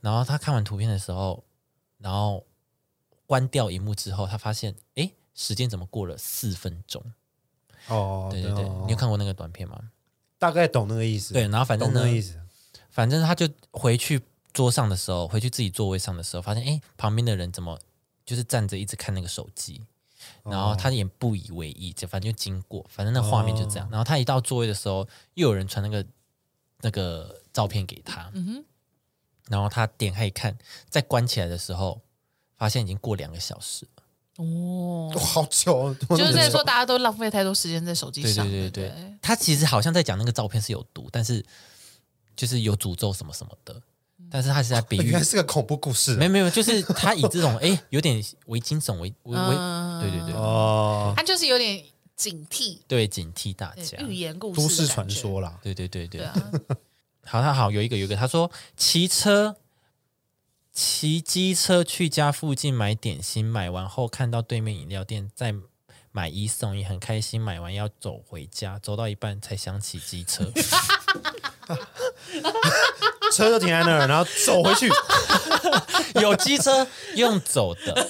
Speaker 1: 然后他看完图片的时候，然后关掉荧幕之后，他发现诶，时间怎么过了四分钟？
Speaker 2: 哦，
Speaker 1: 对对对，
Speaker 2: 哦
Speaker 1: 你有看过那个短片吗？
Speaker 2: 大概懂那个意思，
Speaker 1: 对，，然后反
Speaker 2: 懂
Speaker 1: 正
Speaker 2: 那
Speaker 1: 呢
Speaker 2: 个，意思，
Speaker 1: 反正他就回去桌上的时候，回去自己座位上的时候，发现诶，旁边的人怎么就是站着一直看那个手机，
Speaker 2: 哦
Speaker 1: 然后他也不以为意，就反正就经过，反正那画面就
Speaker 2: 哦
Speaker 1: 这样。然后他一到座位的时候，又有人传那个那个照片给他，然后他点开一看，再关起来的时候，发现已经过两个小时了。
Speaker 3: 哦
Speaker 2: 哇，好久哦，
Speaker 3: 就是在说大家都浪费太多时间在手机
Speaker 1: 对
Speaker 3: 上，
Speaker 1: 对对
Speaker 3: 不
Speaker 1: 对，他其实好像在讲那个照片是有毒，但是就是有诅咒什么什么的，但是他是在比喻
Speaker 2: 哦原来，是个恐怖故事啊
Speaker 1: 没有没有，就是他以这 种哎有点为惊悚为为为，
Speaker 3: 嗯
Speaker 1: 对对对
Speaker 2: 哦，
Speaker 3: 他就是有点警惕，
Speaker 1: 对，警惕大
Speaker 3: 对
Speaker 1: 家，
Speaker 3: 寓言故事、
Speaker 2: 都市传，说啦，
Speaker 1: 对对对
Speaker 3: 对
Speaker 1: 对。
Speaker 3: 啊，
Speaker 1: 好，他好有一个有一个，他说骑车。骑机车去家附近买点心，买完后看到对面饮料店在买一送一，很开心。买完要走回家，走到一半才想起机 车，
Speaker 2: 车就停在那儿，然后 走回去，
Speaker 1: 有机车用走的，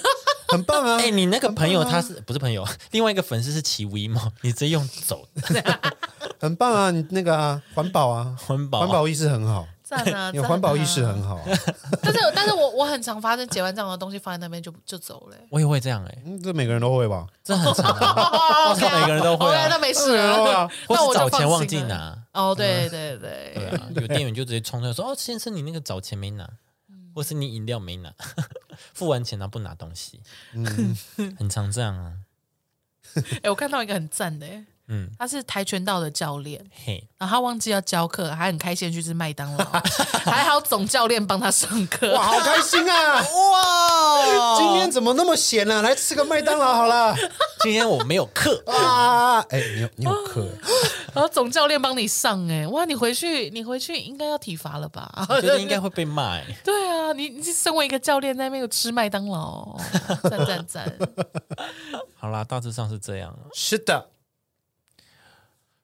Speaker 2: 很棒啊
Speaker 1: 哎、！
Speaker 3: 嗯
Speaker 1: 你那个朋友他是不是朋友？ 另外一个粉丝是骑 WeMo，你直接用走 的
Speaker 2: 很棒啊，你那个啊，环保啊，
Speaker 1: 环保，
Speaker 2: 环保意识很好，
Speaker 3: 赞 啊，
Speaker 2: 你
Speaker 3: 赞啊
Speaker 2: 环保意识很好啊，
Speaker 3: 但是但是我我很常发生结完账的东西放在那边就就走了、欸。
Speaker 1: 我也会这样哎、
Speaker 2: 嗯这每个人都会吧？
Speaker 1: 这很 常、啊，
Speaker 3: 哦
Speaker 1: 这每个人都会啊
Speaker 3: 那没事
Speaker 2: 每个人都会
Speaker 3: 了
Speaker 2: 啊，
Speaker 1: 或
Speaker 3: 那我
Speaker 1: 是找
Speaker 3: 就放
Speaker 1: 钱
Speaker 3: 心
Speaker 1: 忘记
Speaker 3: 了。
Speaker 1: 拿，
Speaker 3: 哦，对对对，
Speaker 1: 对啊，有店员就直接冲出来说：“哦，先生，你那个找钱没拿，
Speaker 3: 嗯
Speaker 1: 或是你饮料没拿， 付完钱然后不拿东西， 嗯，很常这样啊，
Speaker 3: 哎、我看到一个很赞的、欸，
Speaker 1: 嗯，
Speaker 3: 他是跆拳道的教练，
Speaker 1: 嘿，
Speaker 3: 然后他忘记要教课，还很开心地去吃麦当劳，还好总教练帮他上课。
Speaker 2: 哇，好开心啊！哇，今天怎么那么闲啊？来吃个麦当劳好了。，
Speaker 1: 今天我没有课
Speaker 2: 啊，哎，你有你有课，
Speaker 3: 然后总教练帮你上、欸，哎，哇，你回去你回去应该要体罚了吧？
Speaker 1: 我觉得应该会被骂、欸，
Speaker 3: 对啊，你你身为一个教练，在那边有吃麦当劳，赞赞赞！
Speaker 1: 好啦，大致上是这样啊。
Speaker 2: 是的，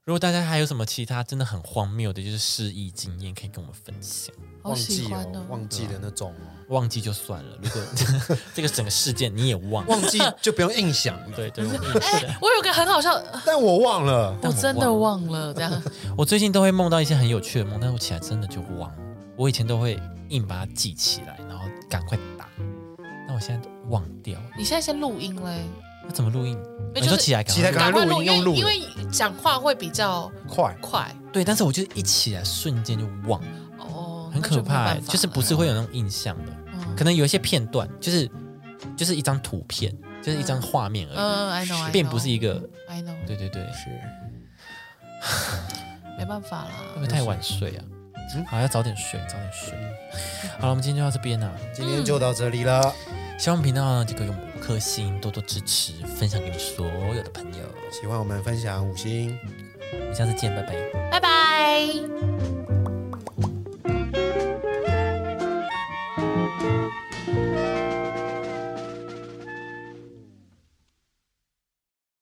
Speaker 1: 如果大家还有什么其他真的很荒谬的，就是失忆经验，可以跟我们分享。”
Speaker 3: 好
Speaker 2: 忘
Speaker 3: 喜
Speaker 2: 记
Speaker 3: 欢
Speaker 2: 哦，
Speaker 3: 哦，
Speaker 2: 忘记的那种哦，
Speaker 1: 忘记就算了，如果 这个整个事件你也忘了，
Speaker 2: 忘记就不用硬想了。
Speaker 1: 对对，我也是
Speaker 3: 哎我有个很好笑的，
Speaker 2: 但我忘了，
Speaker 1: 但
Speaker 3: 我
Speaker 1: 我
Speaker 3: 真的忘了这样。
Speaker 1: 我最近都会梦到一些很有趣的梦，但是我起来真的就忘了。我以前都会硬把它记起来，然后赶快打，但我现在都忘掉了。
Speaker 3: 你现在先录音嘞，
Speaker 1: 那怎么录音？
Speaker 3: 那
Speaker 1: 你
Speaker 3: 就是
Speaker 1: 说起来赶
Speaker 2: 起来
Speaker 1: 快
Speaker 2: 赶快录音
Speaker 3: 因
Speaker 2: 用
Speaker 3: 为
Speaker 2: 录
Speaker 3: 因
Speaker 2: 的，
Speaker 3: 为讲话会比较
Speaker 2: 快
Speaker 3: 快
Speaker 1: 对，但是我就一起来瞬间就忘了，
Speaker 3: 哦，
Speaker 1: 很可怕、
Speaker 3: 那
Speaker 1: 欸，
Speaker 3: 就没办法
Speaker 1: 就是不是会有那种印象的，
Speaker 3: 嗯
Speaker 1: 可能有一些片段，就是就是一张图片，就是一张画面而
Speaker 3: 嗯，I know，
Speaker 1: 已，并不是一个。
Speaker 3: I know，
Speaker 1: 对对对，
Speaker 2: 是
Speaker 3: 没办法
Speaker 1: 会不会
Speaker 3: 啦。
Speaker 1: 太晚睡啊？好，要早点睡，早点睡。好了，我们今天就到这边啊了。
Speaker 2: 今天就到这里了，
Speaker 1: 喜欢我们频道呢，就给我们五颗星，多多支持，分享给你所有的朋友。
Speaker 2: 喜欢我们分享五星。
Speaker 1: 我们下次见，拜拜。
Speaker 3: 拜拜。